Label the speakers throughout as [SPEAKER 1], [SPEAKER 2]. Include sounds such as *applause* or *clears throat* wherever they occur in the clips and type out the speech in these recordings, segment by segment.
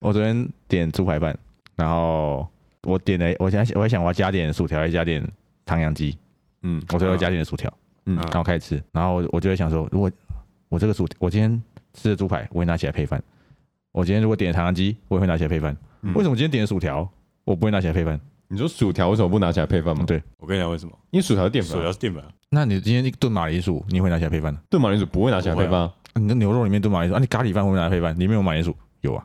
[SPEAKER 1] 我昨天点猪排饭，然后我点了，我想我还想我要加点薯条，还加点唐扬鸡，
[SPEAKER 2] 嗯，
[SPEAKER 1] 我最后加点薯条，
[SPEAKER 2] 嗯
[SPEAKER 1] 然后开始吃，然后我就会想说，如果我这个薯，我今天吃的猪排，我会拿起来配饭；我今天如果点唐扬鸡，我也会拿起来配饭。
[SPEAKER 2] 嗯
[SPEAKER 1] 为什么今天点薯条，我不会拿起来配饭？
[SPEAKER 2] 你说薯条为什么不拿起来配饭吗？
[SPEAKER 1] 对
[SPEAKER 3] 我跟你讲为什么？
[SPEAKER 2] 因为薯条是淀粉
[SPEAKER 3] 薯
[SPEAKER 2] 啊，
[SPEAKER 3] 条是淀粉啊，
[SPEAKER 1] 那你今天一炖马铃薯，你会拿起来配饭的？啊
[SPEAKER 2] 炖马铃薯不会拿起来配饭啊。
[SPEAKER 1] 你的牛肉里面炖马铃薯，啊，你咖喱饭会不会拿来配饭？里面有马铃薯，有啊。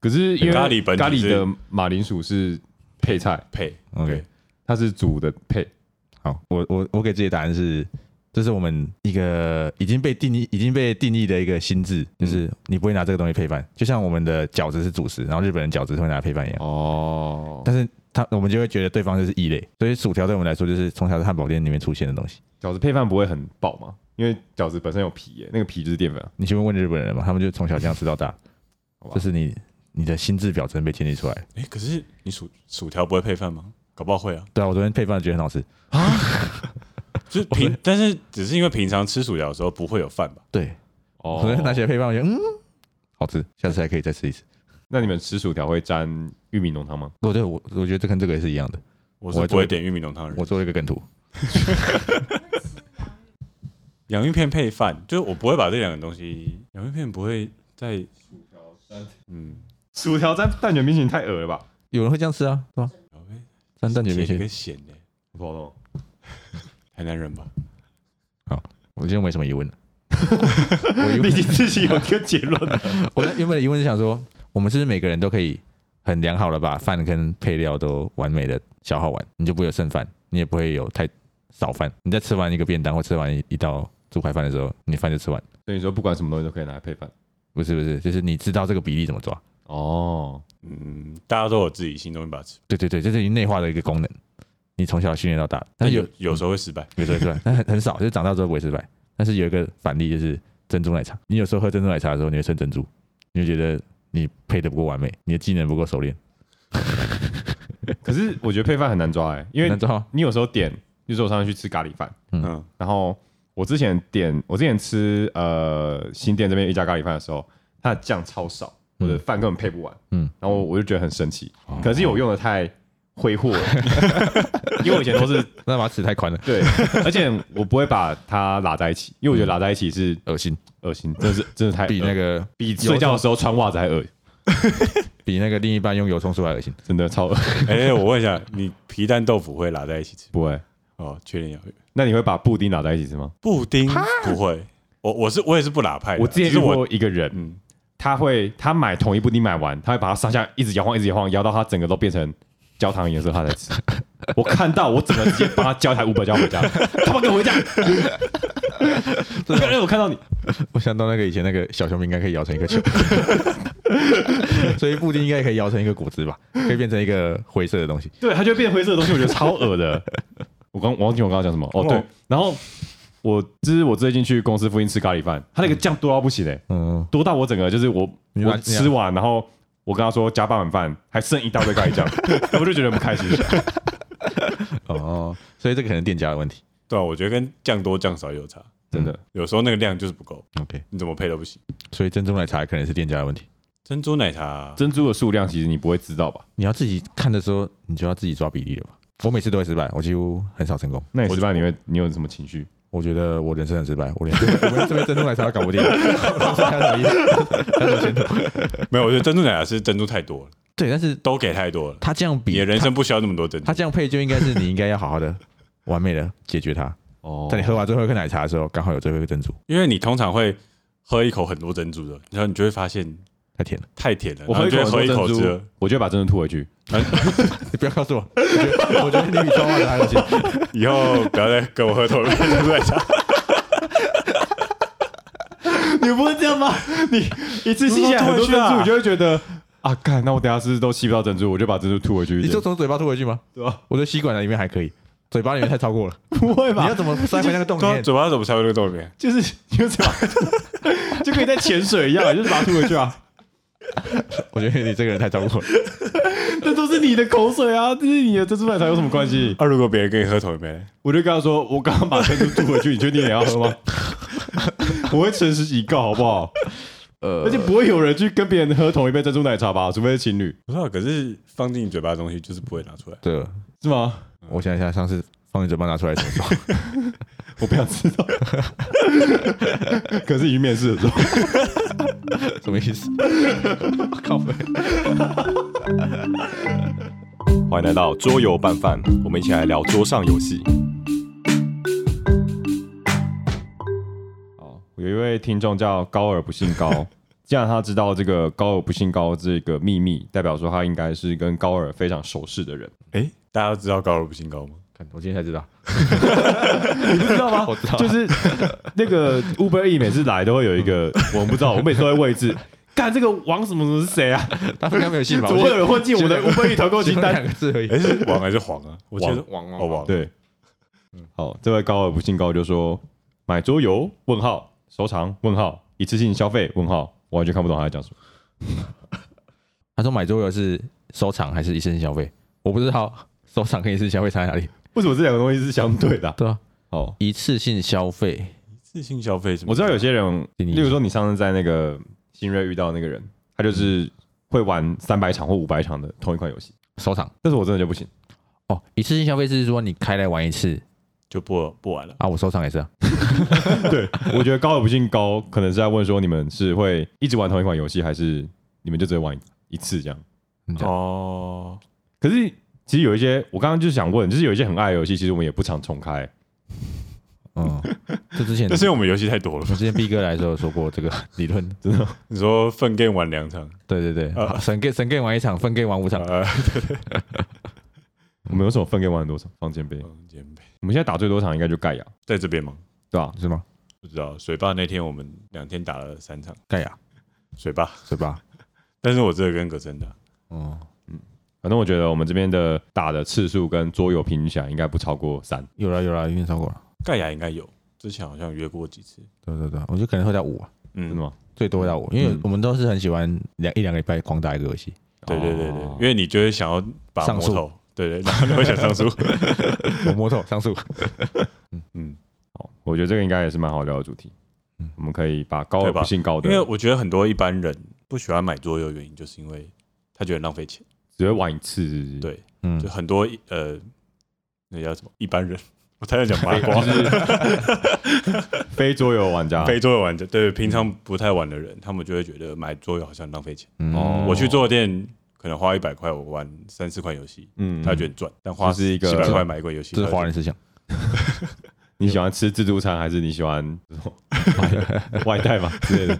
[SPEAKER 2] 可是因为
[SPEAKER 3] 咖喱本
[SPEAKER 2] 咖
[SPEAKER 3] 体
[SPEAKER 2] 喱
[SPEAKER 3] 是
[SPEAKER 2] 的马铃薯是配菜，
[SPEAKER 3] 配
[SPEAKER 1] OK，
[SPEAKER 3] 对
[SPEAKER 2] 它是煮的配。
[SPEAKER 1] 好，我我我给自己的答案是，这是我们一个已经被定义已经被定义的一个心智，就是你不会拿这个东西配饭，就像我们的饺子是主食，然后日本人饺子是会拿来配饭一样。
[SPEAKER 2] 哦，
[SPEAKER 1] 但是他我们就会觉得对方就是异类，所以薯条对我们来说就是从小在汉堡店里面出现的东西。
[SPEAKER 2] 饺子配饭不会很饱吗？因为饺子本身有皮耶，那个皮就是淀粉啊。
[SPEAKER 1] 你去问问日本人嘛，他们就从小这样吃到大
[SPEAKER 2] *laughs* 好，吧
[SPEAKER 1] 这是你你的心智表征被建立出来。
[SPEAKER 3] 哎，可是你薯薯条不会配饭吗？搞不好会啊，
[SPEAKER 1] 对啊，我昨天配饭觉得很好吃。
[SPEAKER 3] 就是平，但是只是因为平常吃薯条的时候不会有饭吧？
[SPEAKER 1] 对，
[SPEAKER 2] 哦
[SPEAKER 1] 我昨天拿起来配饭，我觉得嗯好吃，下次还可以再吃一次。
[SPEAKER 2] *laughs* 那你们吃薯条会沾玉米浓汤吗？
[SPEAKER 1] 哦，对我我觉得这跟这个也是一样的。
[SPEAKER 3] 我是
[SPEAKER 1] 我
[SPEAKER 3] 不会点玉米浓汤的人
[SPEAKER 1] 我。做了一个梗图，
[SPEAKER 3] 洋芋片配饭，就是我不会把这两个东西，洋芋片不会在嗯，
[SPEAKER 2] 薯条沾蛋卷冰淇淋太恶了吧？
[SPEAKER 1] 有人会这样吃啊，是吧？三蛋卷冰淇
[SPEAKER 3] 甜
[SPEAKER 1] 淋
[SPEAKER 3] 跟，咸的，
[SPEAKER 2] 我不好弄。
[SPEAKER 3] 台南人吧？
[SPEAKER 1] 我今天没什么疑
[SPEAKER 3] *laughs*
[SPEAKER 1] 问了。我疑
[SPEAKER 2] *laughs* 你已
[SPEAKER 1] 问
[SPEAKER 2] 经自己有一个结论了。
[SPEAKER 1] 我原本的疑问是想说，我们是不是每个人都可以很良好的把饭跟配料都完美的消耗完，你就不会有剩饭，你也不会有太少饭。你在吃完一个便当或吃完一一道猪排饭的时候，你饭就吃完。
[SPEAKER 2] *laughs* 所以说不管什么东西都可以拿来配饭。
[SPEAKER 1] 不是不是，就是你知道这个比例怎么抓。
[SPEAKER 2] 哦，
[SPEAKER 3] 嗯，大家都有自己心中一把尺，
[SPEAKER 1] 对对对，这是已经内化的一个功能，你从小训练到大。但
[SPEAKER 3] 但
[SPEAKER 1] 是有
[SPEAKER 3] 有有时候会失败。
[SPEAKER 1] 有时候失败， *laughs* 但很很少，就是长大之后不会失败。但是有一个反例就是珍珠奶茶，你有时候喝珍珠奶茶的时候，你会剩珍珠，你会觉得你配的不够完美，你的技能不够熟练。
[SPEAKER 2] 可是我觉得配饭很难抓哎、因
[SPEAKER 1] 那
[SPEAKER 2] 为
[SPEAKER 1] 之后
[SPEAKER 2] 你有时候点，就是我上次去吃咖喱饭，
[SPEAKER 3] 嗯，
[SPEAKER 2] 然后我之前点，我之前吃呃新店这边一家咖喱饭的时候，它的酱超少，我的饭根本配不完。
[SPEAKER 1] 嗯，
[SPEAKER 2] 嗯
[SPEAKER 1] 哦
[SPEAKER 2] 然后我就觉得很生气，可是因为我用的太挥
[SPEAKER 1] *laughs*
[SPEAKER 2] 霍了，因为我以前都是
[SPEAKER 1] 那把尺太宽了，
[SPEAKER 2] 对，而且我不会把它拉在一起，因为我觉得拉在一起是
[SPEAKER 1] 恶心。
[SPEAKER 2] 恶心，真的是真的太
[SPEAKER 1] 比
[SPEAKER 2] 恶
[SPEAKER 1] 那个
[SPEAKER 2] 比睡觉的时候穿袜子还恶，
[SPEAKER 1] 比那个另一半用油葱酥还恶心。
[SPEAKER 2] 真的超恶，
[SPEAKER 1] *laughs*
[SPEAKER 3] 哎，我问一下，你皮蛋豆腐会拉在一起吃？
[SPEAKER 2] 不会。
[SPEAKER 3] 哦，确定要
[SPEAKER 2] 那你会把布丁拉在一起吃吗？
[SPEAKER 3] 布丁不会，我我是我也是不拉派的啊，
[SPEAKER 2] 我之前
[SPEAKER 3] 只是
[SPEAKER 2] 遇
[SPEAKER 3] 我
[SPEAKER 2] 过一个人，
[SPEAKER 3] 嗯，
[SPEAKER 2] 他会他买同一布丁买完，他会把它上下一直摇晃，一直摇晃，摇到它整个都变成焦糖颜色，他才吃。
[SPEAKER 3] *laughs*
[SPEAKER 2] 我看到我整个直接帮他交一台五百交回家，他妈给我回家！不要让我看到你，
[SPEAKER 1] 我想到那个以前那个小熊饼干可以摇成一个球， *laughs* 所以布丁应该也可以摇成一个果汁吧，可以变成一个灰色的东西。
[SPEAKER 2] 对，它就会变灰色的东西，我觉得超恶的。我刚我忘记我刚刚讲什么哦，对
[SPEAKER 3] 哦，
[SPEAKER 2] 然后我就是我最近去公司附近吃咖喱饭，它那个酱多到不行哎、
[SPEAKER 1] 嗯，
[SPEAKER 2] 多到我整个就是我
[SPEAKER 1] 你
[SPEAKER 2] 我
[SPEAKER 1] 把
[SPEAKER 3] 啊
[SPEAKER 2] 吃完，然后我跟他说加半碗饭，还剩一大堆咖喱
[SPEAKER 3] *laughs*
[SPEAKER 2] 酱，我就觉得不开心。
[SPEAKER 1] 哦，所以这个可能店家的问题。
[SPEAKER 3] 对啊，我觉得跟酱多酱少也有差，
[SPEAKER 2] 真的，
[SPEAKER 3] 有时候那个量就是不够，
[SPEAKER 1] OK，
[SPEAKER 3] 你怎么配都不行。
[SPEAKER 1] 所以珍珠奶茶可能是店家的问题。
[SPEAKER 3] 珍珠奶茶
[SPEAKER 2] 珍珠的数量其实你不会知道吧？
[SPEAKER 1] 你要自己看的时候，你就要自己抓比例了吧。我每次都会失败，我几乎很少成功。
[SPEAKER 2] 那你失败你会你有什么情绪？
[SPEAKER 1] 我觉得我人生很失败，我连 *laughs* 我连这杯珍珠奶茶都搞不定， *laughs* 我是看什么意思？看什么前途？
[SPEAKER 3] 没有，我觉得珍珠奶茶是珍珠太多了，
[SPEAKER 1] 对，但是
[SPEAKER 3] 都给太多了，
[SPEAKER 1] 他这样比，
[SPEAKER 3] 你的人生不需要那么多珍珠
[SPEAKER 1] 他。这样配就应该是你应该要好好的、完美的解决它。
[SPEAKER 2] 哦
[SPEAKER 1] 在你喝完最后一个奶茶的时候，刚好有最后一个珍珠，
[SPEAKER 3] 因为你通常会喝一口很多珍珠的，然后你就会发现
[SPEAKER 1] 太甜了。
[SPEAKER 3] 太甜了，
[SPEAKER 2] 我
[SPEAKER 3] 然后
[SPEAKER 2] 喝一
[SPEAKER 3] 你就会
[SPEAKER 2] 口
[SPEAKER 3] 喝一口
[SPEAKER 2] 珍
[SPEAKER 3] 之
[SPEAKER 2] 珠
[SPEAKER 3] 后，，
[SPEAKER 2] 我就会把珍珠吐回去。
[SPEAKER 1] 你 *laughs* 不要告诉 *laughs* 我，我觉得我觉得你比双花的还要甜。
[SPEAKER 3] 以后不要再跟我喝同一杯珍珠奶茶。
[SPEAKER 2] *laughs* 你不会这样吗？你一次吸下来很多珍珠，你就会觉得啊，干，那我等下是不是都吸不到珍珠，我就把珍珠吐回去一
[SPEAKER 1] *laughs* 你就
[SPEAKER 2] 点。
[SPEAKER 1] 从嘴巴吐回去吗？
[SPEAKER 2] 对啊，
[SPEAKER 1] 我的吸管里面还可以，嘴巴里面太超过了。
[SPEAKER 2] 不
[SPEAKER 1] *laughs*
[SPEAKER 2] 会
[SPEAKER 1] 你
[SPEAKER 2] 吧
[SPEAKER 1] 要？怎么塞回那个洞里 *laughs*
[SPEAKER 3] 对啊，
[SPEAKER 1] 面？
[SPEAKER 3] 嘴巴怎么才会那个洞里面？
[SPEAKER 2] 就是你就这样，就跟你在潜水一样，就是把它吐回去啊。
[SPEAKER 1] *laughs* 我觉得你这个人太超过了。
[SPEAKER 2] *laughs* 那都是你的口水啊，这是你的珍珠奶茶有什么关系？
[SPEAKER 3] 啊，如果别人跟你喝同一杯，
[SPEAKER 2] 我就跟他说，我刚刚把珍珠吐回去，你确定也要喝吗？我会诚实以告，好不好？
[SPEAKER 1] 呃
[SPEAKER 2] 而且不会有人去跟别人喝同一杯珍珠奶茶吧？除非是情侣，
[SPEAKER 3] 不知道，可是放进你嘴巴的东西就是不会拿出来。
[SPEAKER 1] *laughs* 对，
[SPEAKER 2] 是吗？
[SPEAKER 1] 我想一下，上次放你嘴巴拿出来什么时候？
[SPEAKER 2] 我不想知道。可是已经面试的时候，
[SPEAKER 1] 什么意思？ *laughs* 靠 *laughs* 背。
[SPEAKER 4] 欢迎来到桌游拌饭，我们一起来聊桌上游戏。
[SPEAKER 2] 好，有一位听众叫高而不姓高，既然他知道这个高而不姓高这个秘密，代表说他应该是跟高尔非常熟识的人。
[SPEAKER 3] 哎，大家都知道高而不兴高吗？
[SPEAKER 1] 看，我今天才知道，
[SPEAKER 2] 你不知道
[SPEAKER 1] *laughs*
[SPEAKER 2] 吗？
[SPEAKER 1] 我知道
[SPEAKER 2] 就是那个 Uber E 每次来都会有一
[SPEAKER 1] *laughs*
[SPEAKER 2] 个，我们不知道，我每次都会位置。干这个王什么什么是谁啊？
[SPEAKER 1] 他应该没有 *laughs* 信吧？
[SPEAKER 2] 怎么会有人混进我们的
[SPEAKER 1] 我
[SPEAKER 2] Uber E 团购
[SPEAKER 1] 我
[SPEAKER 2] 清
[SPEAKER 1] 就
[SPEAKER 2] 单
[SPEAKER 1] 两？个字而已
[SPEAKER 3] 哎，。是王还是黄啊？我记得
[SPEAKER 1] 王
[SPEAKER 3] 哦
[SPEAKER 2] *laughs*
[SPEAKER 3] 王，
[SPEAKER 2] 对，好，这位高尔不姓高就说买桌游？问号收藏？问号一次性消费？问号我完全看不懂他在讲什么。
[SPEAKER 1] 他说买桌游是收藏还是一次性消费？我不知道 *laughs* 收藏跟一次性消费差在哪里。
[SPEAKER 2] 为什么这两个东西是相对的啊、
[SPEAKER 1] 对啊，
[SPEAKER 2] 好，
[SPEAKER 1] 一次性消费
[SPEAKER 3] 自信消费什么？
[SPEAKER 2] 我知道有些人，
[SPEAKER 1] 定义一
[SPEAKER 2] 例
[SPEAKER 1] 下
[SPEAKER 2] 如说你上次在那个新锐遇到那个人，他就是会玩三百场或五百场的同一款游戏，
[SPEAKER 1] 收藏
[SPEAKER 2] 但是我真的就不行。
[SPEAKER 1] 哦，一次性消费是说你开来玩一次
[SPEAKER 3] 就不不玩了。
[SPEAKER 1] 啊，我收藏也是啊。
[SPEAKER 2] 对， *laughs* 我觉得高而不姓高，可能是在问说你们是会一直玩同一款游戏，还是你们就只会玩一次这样？
[SPEAKER 1] 你讲
[SPEAKER 3] 哦，
[SPEAKER 2] 可是其实有一些，我刚刚就是想问，就是有一些很爱的游戏，其实我们也不常重开。
[SPEAKER 1] 嗯， *laughs* 这之前
[SPEAKER 3] 但是因为我们游戏太多了
[SPEAKER 2] *laughs*
[SPEAKER 1] 我。之前 B 哥来的时候有说过 *laughs* 这个呃理论，
[SPEAKER 3] 你说粪 game 玩两场，
[SPEAKER 1] 对对对，
[SPEAKER 3] 啊
[SPEAKER 1] 好神 game 神 game 玩一场，分 game 玩五场，
[SPEAKER 3] 呃，
[SPEAKER 2] 我们有什么分给玩很多场方尖碑？
[SPEAKER 3] 嗯今天
[SPEAKER 2] 我们现在打最多场应该就盖亚，
[SPEAKER 3] 在这边吗？
[SPEAKER 2] 对吧？
[SPEAKER 1] 是吗？
[SPEAKER 3] 不知道，水坝那天我们两天打了三场
[SPEAKER 1] 盖亚
[SPEAKER 3] 水坝，
[SPEAKER 1] 是吧？
[SPEAKER 3] 但是我这个跟葛森打，
[SPEAKER 1] 嗯，
[SPEAKER 2] 反正我觉得我们这边的打的次数跟桌游平均起来应该不超过三。
[SPEAKER 3] 嗯
[SPEAKER 1] 有了有了，远远超过了。
[SPEAKER 3] 盖亚应该有，之前好像约过几次，
[SPEAKER 1] 对对对，我觉得可能会到五啊，
[SPEAKER 2] 真的，
[SPEAKER 3] 嗯
[SPEAKER 2] 吗？
[SPEAKER 1] 最多会到五，因为
[SPEAKER 2] 嗯
[SPEAKER 1] 我们都是很喜欢两一两个礼拜狂打一个游戏。
[SPEAKER 3] 对对对对，
[SPEAKER 2] 哦
[SPEAKER 3] 因为你就会想要把
[SPEAKER 1] 上
[SPEAKER 3] 魔
[SPEAKER 1] 诉
[SPEAKER 3] 头，对 *laughs* 对，然后就会想
[SPEAKER 2] *laughs*
[SPEAKER 3] 上诉，
[SPEAKER 1] 我摸透上诉，
[SPEAKER 3] 嗯，
[SPEAKER 2] 好，哦我觉得这个应该也是蛮好聊的主题。
[SPEAKER 1] 嗯
[SPEAKER 2] 我们可以把高而
[SPEAKER 3] 对吧
[SPEAKER 2] 不姓高的
[SPEAKER 3] 因，为我觉得很多一般人不喜欢买桌游，原因就是因为他觉得浪费钱，
[SPEAKER 2] 只会玩一次，
[SPEAKER 3] 对
[SPEAKER 1] 嗯
[SPEAKER 3] 就，很多呃，那叫什么一般人， *laughs* 我才想讲
[SPEAKER 2] *laughs*
[SPEAKER 3] 八卦，
[SPEAKER 2] 非桌游玩
[SPEAKER 1] 啊
[SPEAKER 2] 家。
[SPEAKER 3] 非桌游玩家，对，平常不太玩的人，他们就会觉得买桌游好像浪费钱。
[SPEAKER 1] 嗯
[SPEAKER 2] 哦
[SPEAKER 3] 我去桌游店可能花一百块，我玩三四款游戏，
[SPEAKER 2] 嗯
[SPEAKER 3] 他觉得赚，但花
[SPEAKER 2] 就是一个
[SPEAKER 3] 几百块买一个游戏，
[SPEAKER 1] 这是
[SPEAKER 3] 他就觉
[SPEAKER 1] 华
[SPEAKER 3] 得
[SPEAKER 1] 人思想。
[SPEAKER 2] 你喜欢吃自助餐还是你喜欢外带嘛之类的？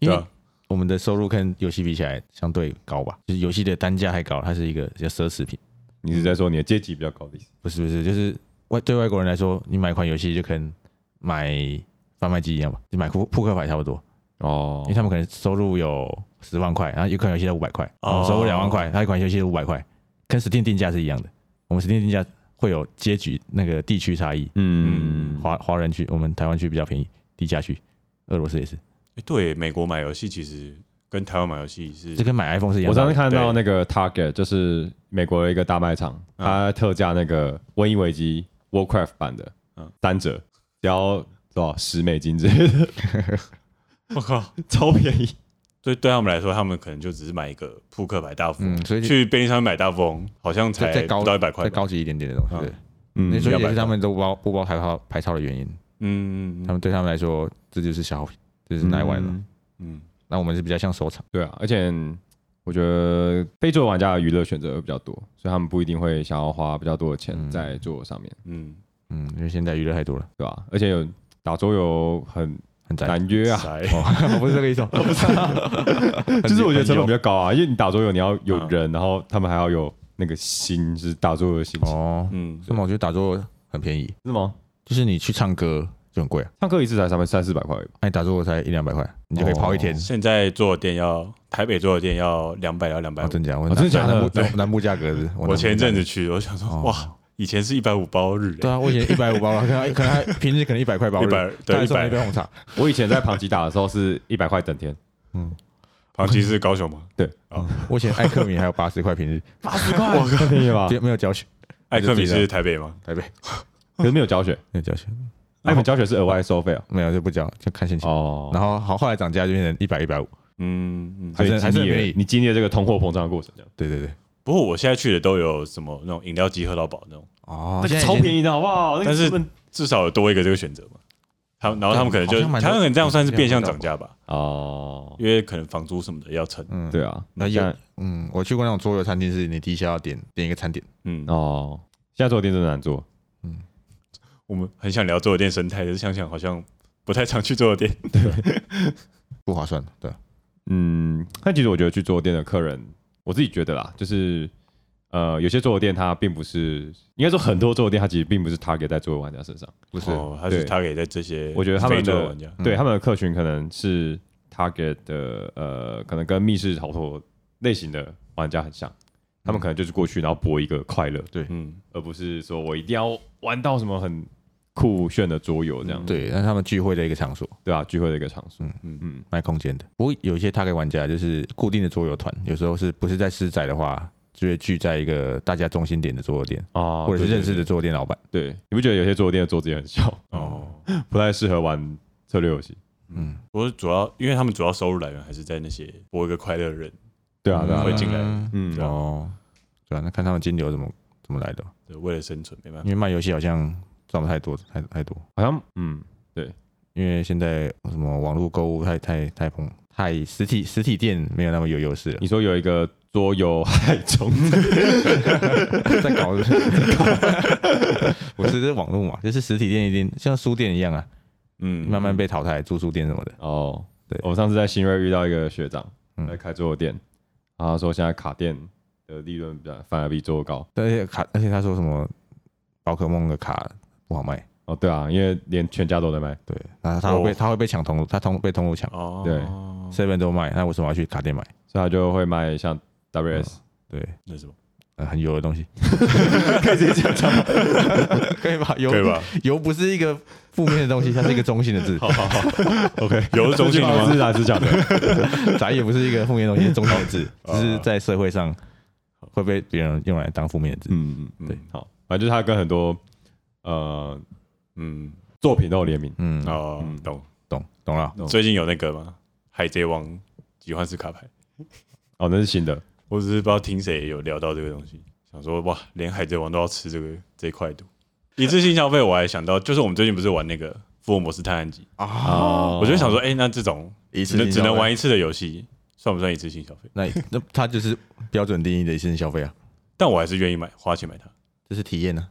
[SPEAKER 1] 因
[SPEAKER 3] 对
[SPEAKER 1] 为
[SPEAKER 3] 啊，
[SPEAKER 1] 我们的收入跟游戏比起来相对高吧，就是游戏的单价还高，它是一个比较奢侈品。
[SPEAKER 2] 你是在说你的阶级比较高的意思？
[SPEAKER 1] 不是不是，就是外对外国人来说，你买一款游戏就跟买贩卖机一样吧，就买扑扑克牌差不多，
[SPEAKER 2] 哦
[SPEAKER 1] 因为他们可能收入有十万块，然后一款游戏才五百块，
[SPEAKER 3] 哦
[SPEAKER 1] 然后收入两万块，他一款游戏是五百块，跟 Steam 定价是一样的。我们 Steam 定价会有阶级那个地区差异，
[SPEAKER 2] 嗯，
[SPEAKER 1] 华华人区我们台湾区比较便宜，低价区，俄罗斯也是，
[SPEAKER 3] 诶对，美国买游戏其实跟台湾买游戏
[SPEAKER 1] *laughs*
[SPEAKER 3] 是
[SPEAKER 1] 这跟买 iPhone 是一样
[SPEAKER 2] 我
[SPEAKER 1] 的道
[SPEAKER 2] 上次
[SPEAKER 1] 理。
[SPEAKER 2] 看到那个 Target，就是美国的一个大卖场，
[SPEAKER 3] 嗯
[SPEAKER 2] 它特价那个《瘟疫危机》Warcraft 版的
[SPEAKER 3] 嗯
[SPEAKER 2] 单折，只要多少十美金之类的， *laughs*
[SPEAKER 3] 我靠，
[SPEAKER 2] 超便宜。
[SPEAKER 3] 对对他们来说，他们可能就只是买一个扑克牌大富翁，
[SPEAKER 1] 嗯所以就
[SPEAKER 3] 去便利商店买大富翁好像才
[SPEAKER 1] 再再高
[SPEAKER 3] 不到一百块
[SPEAKER 1] 再
[SPEAKER 3] 吧，
[SPEAKER 1] 高级一点点的东西，
[SPEAKER 3] 嗯
[SPEAKER 1] 对。那
[SPEAKER 2] 嗯，
[SPEAKER 1] 所以
[SPEAKER 3] 100
[SPEAKER 1] 也是他们都不包不包排超排超的原因。
[SPEAKER 3] 嗯嗯
[SPEAKER 1] 他
[SPEAKER 3] 嗯
[SPEAKER 1] 们对他们来说，这就是消费，这就是来玩了。
[SPEAKER 2] 嗯
[SPEAKER 3] 嗯，
[SPEAKER 1] 那我们是比较像收藏，
[SPEAKER 2] 对啊，而且我觉得非洲玩家的娱乐选择比较多，所以他们不一定会想要花比较多的钱
[SPEAKER 1] 嗯
[SPEAKER 2] 在桌游上面，
[SPEAKER 3] 嗯
[SPEAKER 1] 嗯，因为现在娱乐太多了，
[SPEAKER 2] 对吧、而且有打桌游
[SPEAKER 1] *laughs*
[SPEAKER 2] 很
[SPEAKER 1] 很宅。
[SPEAKER 2] 难约啊，
[SPEAKER 3] 塞
[SPEAKER 1] 我 *laughs* 不是这个意
[SPEAKER 2] *laughs*
[SPEAKER 1] 思，哦不是。
[SPEAKER 2] 啊
[SPEAKER 1] *laughs*
[SPEAKER 2] 就是我觉得成本比
[SPEAKER 1] 较
[SPEAKER 2] 较高啊，因为你打桌游你要有
[SPEAKER 3] 嗯
[SPEAKER 2] 人，然后他们还要有那个心，就是打桌游的心情，
[SPEAKER 1] 哦。
[SPEAKER 3] 嗯，
[SPEAKER 1] 那么我觉得打坐很便宜，
[SPEAKER 2] 是吗？
[SPEAKER 1] 就是你去唱歌就很贵啊，
[SPEAKER 2] 上课一次才三百三四百块而已吧，
[SPEAKER 1] 那你打坐才一两百块，你就可以跑一天。
[SPEAKER 3] 现在做的店要台北做的店要两百到两百
[SPEAKER 1] 哦，
[SPEAKER 3] 五，
[SPEAKER 1] 真假？我
[SPEAKER 2] 哦真的假的
[SPEAKER 1] 南部
[SPEAKER 3] 对
[SPEAKER 1] 南南部价格是，
[SPEAKER 3] 我前一阵
[SPEAKER 1] 子
[SPEAKER 3] 子去，我想说
[SPEAKER 1] 哦
[SPEAKER 3] 哇，以前是一百五包日，
[SPEAKER 1] 对啊，我以前一百五包了，可能还可能还平时可能一百块包
[SPEAKER 3] 一百对一
[SPEAKER 1] 一杯
[SPEAKER 3] 百，
[SPEAKER 1] 红茶，
[SPEAKER 2] 我以前在庞吉打的时候是一百块整天，
[SPEAKER 3] 庞吉是高雄吗？
[SPEAKER 1] 我以前艾克米还有 *laughs* 八十块平日，
[SPEAKER 2] 八十块，我靠，便宜吧？
[SPEAKER 1] 没有教学，
[SPEAKER 3] 艾克米
[SPEAKER 1] 还是自己
[SPEAKER 3] 是台北吗？
[SPEAKER 1] 台北
[SPEAKER 2] 可是没有教学，
[SPEAKER 1] 没有教学，
[SPEAKER 2] 那你们教学是额外收费哦。
[SPEAKER 1] 没有就不交，就看心情。
[SPEAKER 2] 哦，
[SPEAKER 1] 然后好，后来涨价就变成一百一百五，
[SPEAKER 3] 嗯嗯，
[SPEAKER 2] 所以
[SPEAKER 1] 还是还是
[SPEAKER 2] 经历了
[SPEAKER 1] 没
[SPEAKER 2] 你经历了这个通货膨胀的过程，这样
[SPEAKER 1] 对对对，
[SPEAKER 3] 不过我现在去的都有什么那种饮料机喝到饱那种，
[SPEAKER 1] 哦
[SPEAKER 2] 那个超
[SPEAKER 1] 宜，
[SPEAKER 2] 便宜的好不好？那个
[SPEAKER 3] 但是
[SPEAKER 2] 成本
[SPEAKER 3] 至少有多一个这个选择嘛。他们然后他们可能就
[SPEAKER 1] 好像蛮多
[SPEAKER 3] 他们可能这样算是变相涨价吧，
[SPEAKER 2] 哦，
[SPEAKER 3] 因为可能房租什么的要撑。
[SPEAKER 1] 嗯，
[SPEAKER 2] 对啊，
[SPEAKER 1] 那
[SPEAKER 2] 现
[SPEAKER 1] 有
[SPEAKER 2] 在
[SPEAKER 1] 嗯，我去过那种桌游餐厅，是你第一下要点点一个餐点，
[SPEAKER 3] 嗯，
[SPEAKER 2] 哦，现在做店真的难做，
[SPEAKER 3] 我们很想聊桌游店生态，但是想想好像不太常去桌游店。
[SPEAKER 1] 不划算，对，啊
[SPEAKER 2] 嗯，但其实我觉得去桌游店的客人，我自己觉得啦，就是呃，有些桌游店它并不是，应该说很多桌游店它其实并不是 target 在桌游玩家身上，
[SPEAKER 1] 不是，
[SPEAKER 3] 哦，他是
[SPEAKER 2] 对
[SPEAKER 3] 他给在这些，
[SPEAKER 2] 我觉得他们的
[SPEAKER 3] 非桌游玩家，
[SPEAKER 1] 嗯
[SPEAKER 2] 对他们的客群可能是 target 的呃，可能跟密室逃脱类型的玩家很像，他们可能就是过去然后博一个快乐，
[SPEAKER 3] 嗯，
[SPEAKER 2] 而不是说我一定要玩到什么很酷炫的桌游这样，
[SPEAKER 1] 嗯对，嗯那是他们聚会的一个场所，
[SPEAKER 2] 对啊，聚会的一个场所，嗯
[SPEAKER 1] 卖空间的。不过有一些他给玩家就是固定的桌游团，有时候是不是在狮仔的话，就会聚在一个大家中心点的桌游店，
[SPEAKER 2] 哦
[SPEAKER 1] 或者是认识
[SPEAKER 2] 的。
[SPEAKER 1] 的桌游店老板。
[SPEAKER 2] 对，你不觉得有些桌游店的桌子也很小，
[SPEAKER 3] 哦，
[SPEAKER 2] 不太适合玩策略游戏？
[SPEAKER 1] 嗯，
[SPEAKER 3] 不过主要因为他们主要收入来源还是在那些博一个快乐的人
[SPEAKER 2] 对啊，
[SPEAKER 1] 嗯
[SPEAKER 2] 对啊，
[SPEAKER 3] 会进来
[SPEAKER 1] 嗯
[SPEAKER 2] 嗯，
[SPEAKER 1] 哦，对啊，那看他们金流怎么怎么来的，
[SPEAKER 3] 对为了生存没办
[SPEAKER 1] 因
[SPEAKER 3] 法。
[SPEAKER 1] 为卖游戏好像赚不太多，太太多。
[SPEAKER 2] 好像嗯，
[SPEAKER 1] 因为现在什么网络购物太太太蓬太实体实体店没有那么有优势
[SPEAKER 2] *laughs*
[SPEAKER 1] 了，
[SPEAKER 2] 你说有一个桌游害虫，
[SPEAKER 1] 在搞是 *laughs* 不是这是网络嘛，就是实体店一定像书店一样啊，
[SPEAKER 2] *laughs*
[SPEAKER 3] 嗯，
[SPEAKER 1] 慢慢被淘汰，住书店什么的。
[SPEAKER 2] 哦，
[SPEAKER 1] 对
[SPEAKER 2] 我上次在新锐遇到一个学长
[SPEAKER 1] 嗯
[SPEAKER 2] 在开桌游店，然后他说现在卡店的利润比较反而比桌游高。
[SPEAKER 1] 而且卡，而且他说什么宝可梦的卡不好卖，
[SPEAKER 2] 哦，对啊，因为连全家都在卖，
[SPEAKER 1] 对，那他会被、
[SPEAKER 3] 哦
[SPEAKER 1] 他会被抢通路，他通被通路抢
[SPEAKER 3] 哦，
[SPEAKER 2] 对
[SPEAKER 1] ，seven 都卖，那为什么要去卡店买？
[SPEAKER 2] 所以他就会卖像 WS，
[SPEAKER 1] 对，
[SPEAKER 3] 那什么
[SPEAKER 1] 呃很油的
[SPEAKER 3] *laughs*
[SPEAKER 1] 东西，
[SPEAKER 2] 可以直接这样讲吗。
[SPEAKER 1] 可以吧？油
[SPEAKER 3] 可以吧？ *laughs*
[SPEAKER 1] 油不是一个负面的东西，它是一个中性的字，
[SPEAKER 2] 好好
[SPEAKER 3] 有的中心
[SPEAKER 2] 好，
[SPEAKER 3] 吗 *laughs*
[SPEAKER 2] 是？哪是讲的？
[SPEAKER 1] 宅也不是一个负面的东西，是中性的字，只是在社会上会被别人用来当负面的字。
[SPEAKER 2] *laughs* 嗯嗯，
[SPEAKER 1] 对，
[SPEAKER 2] 好，反正就是他跟很多呃
[SPEAKER 3] 嗯，
[SPEAKER 2] 作品都有联名。
[SPEAKER 1] 嗯，
[SPEAKER 3] 哦
[SPEAKER 2] 嗯，
[SPEAKER 3] 懂。
[SPEAKER 1] 懂懂了。
[SPEAKER 2] 懂
[SPEAKER 3] 最近有那个吗？海贼王奇幻式卡牌，
[SPEAKER 2] 哦，那是新的，
[SPEAKER 3] 我只是不知道听谁有聊到这个东西，想说哇，连海贼王都要吃这个这一块毒。一次性消费，我还想到，就是我们最近不是玩那个《福尔摩斯探案集》
[SPEAKER 2] 哦
[SPEAKER 1] 啊
[SPEAKER 3] 我就想说，哎、那这种
[SPEAKER 1] 一
[SPEAKER 3] 只
[SPEAKER 1] 次
[SPEAKER 3] 能
[SPEAKER 1] 性
[SPEAKER 3] 只能
[SPEAKER 1] 消费
[SPEAKER 3] 玩一次的游戏，算不算一次性消费？
[SPEAKER 1] 那那它就是标准定义的一次性消费啊，
[SPEAKER 3] 但我还是愿意买，花钱买它。
[SPEAKER 1] 这是体验呢，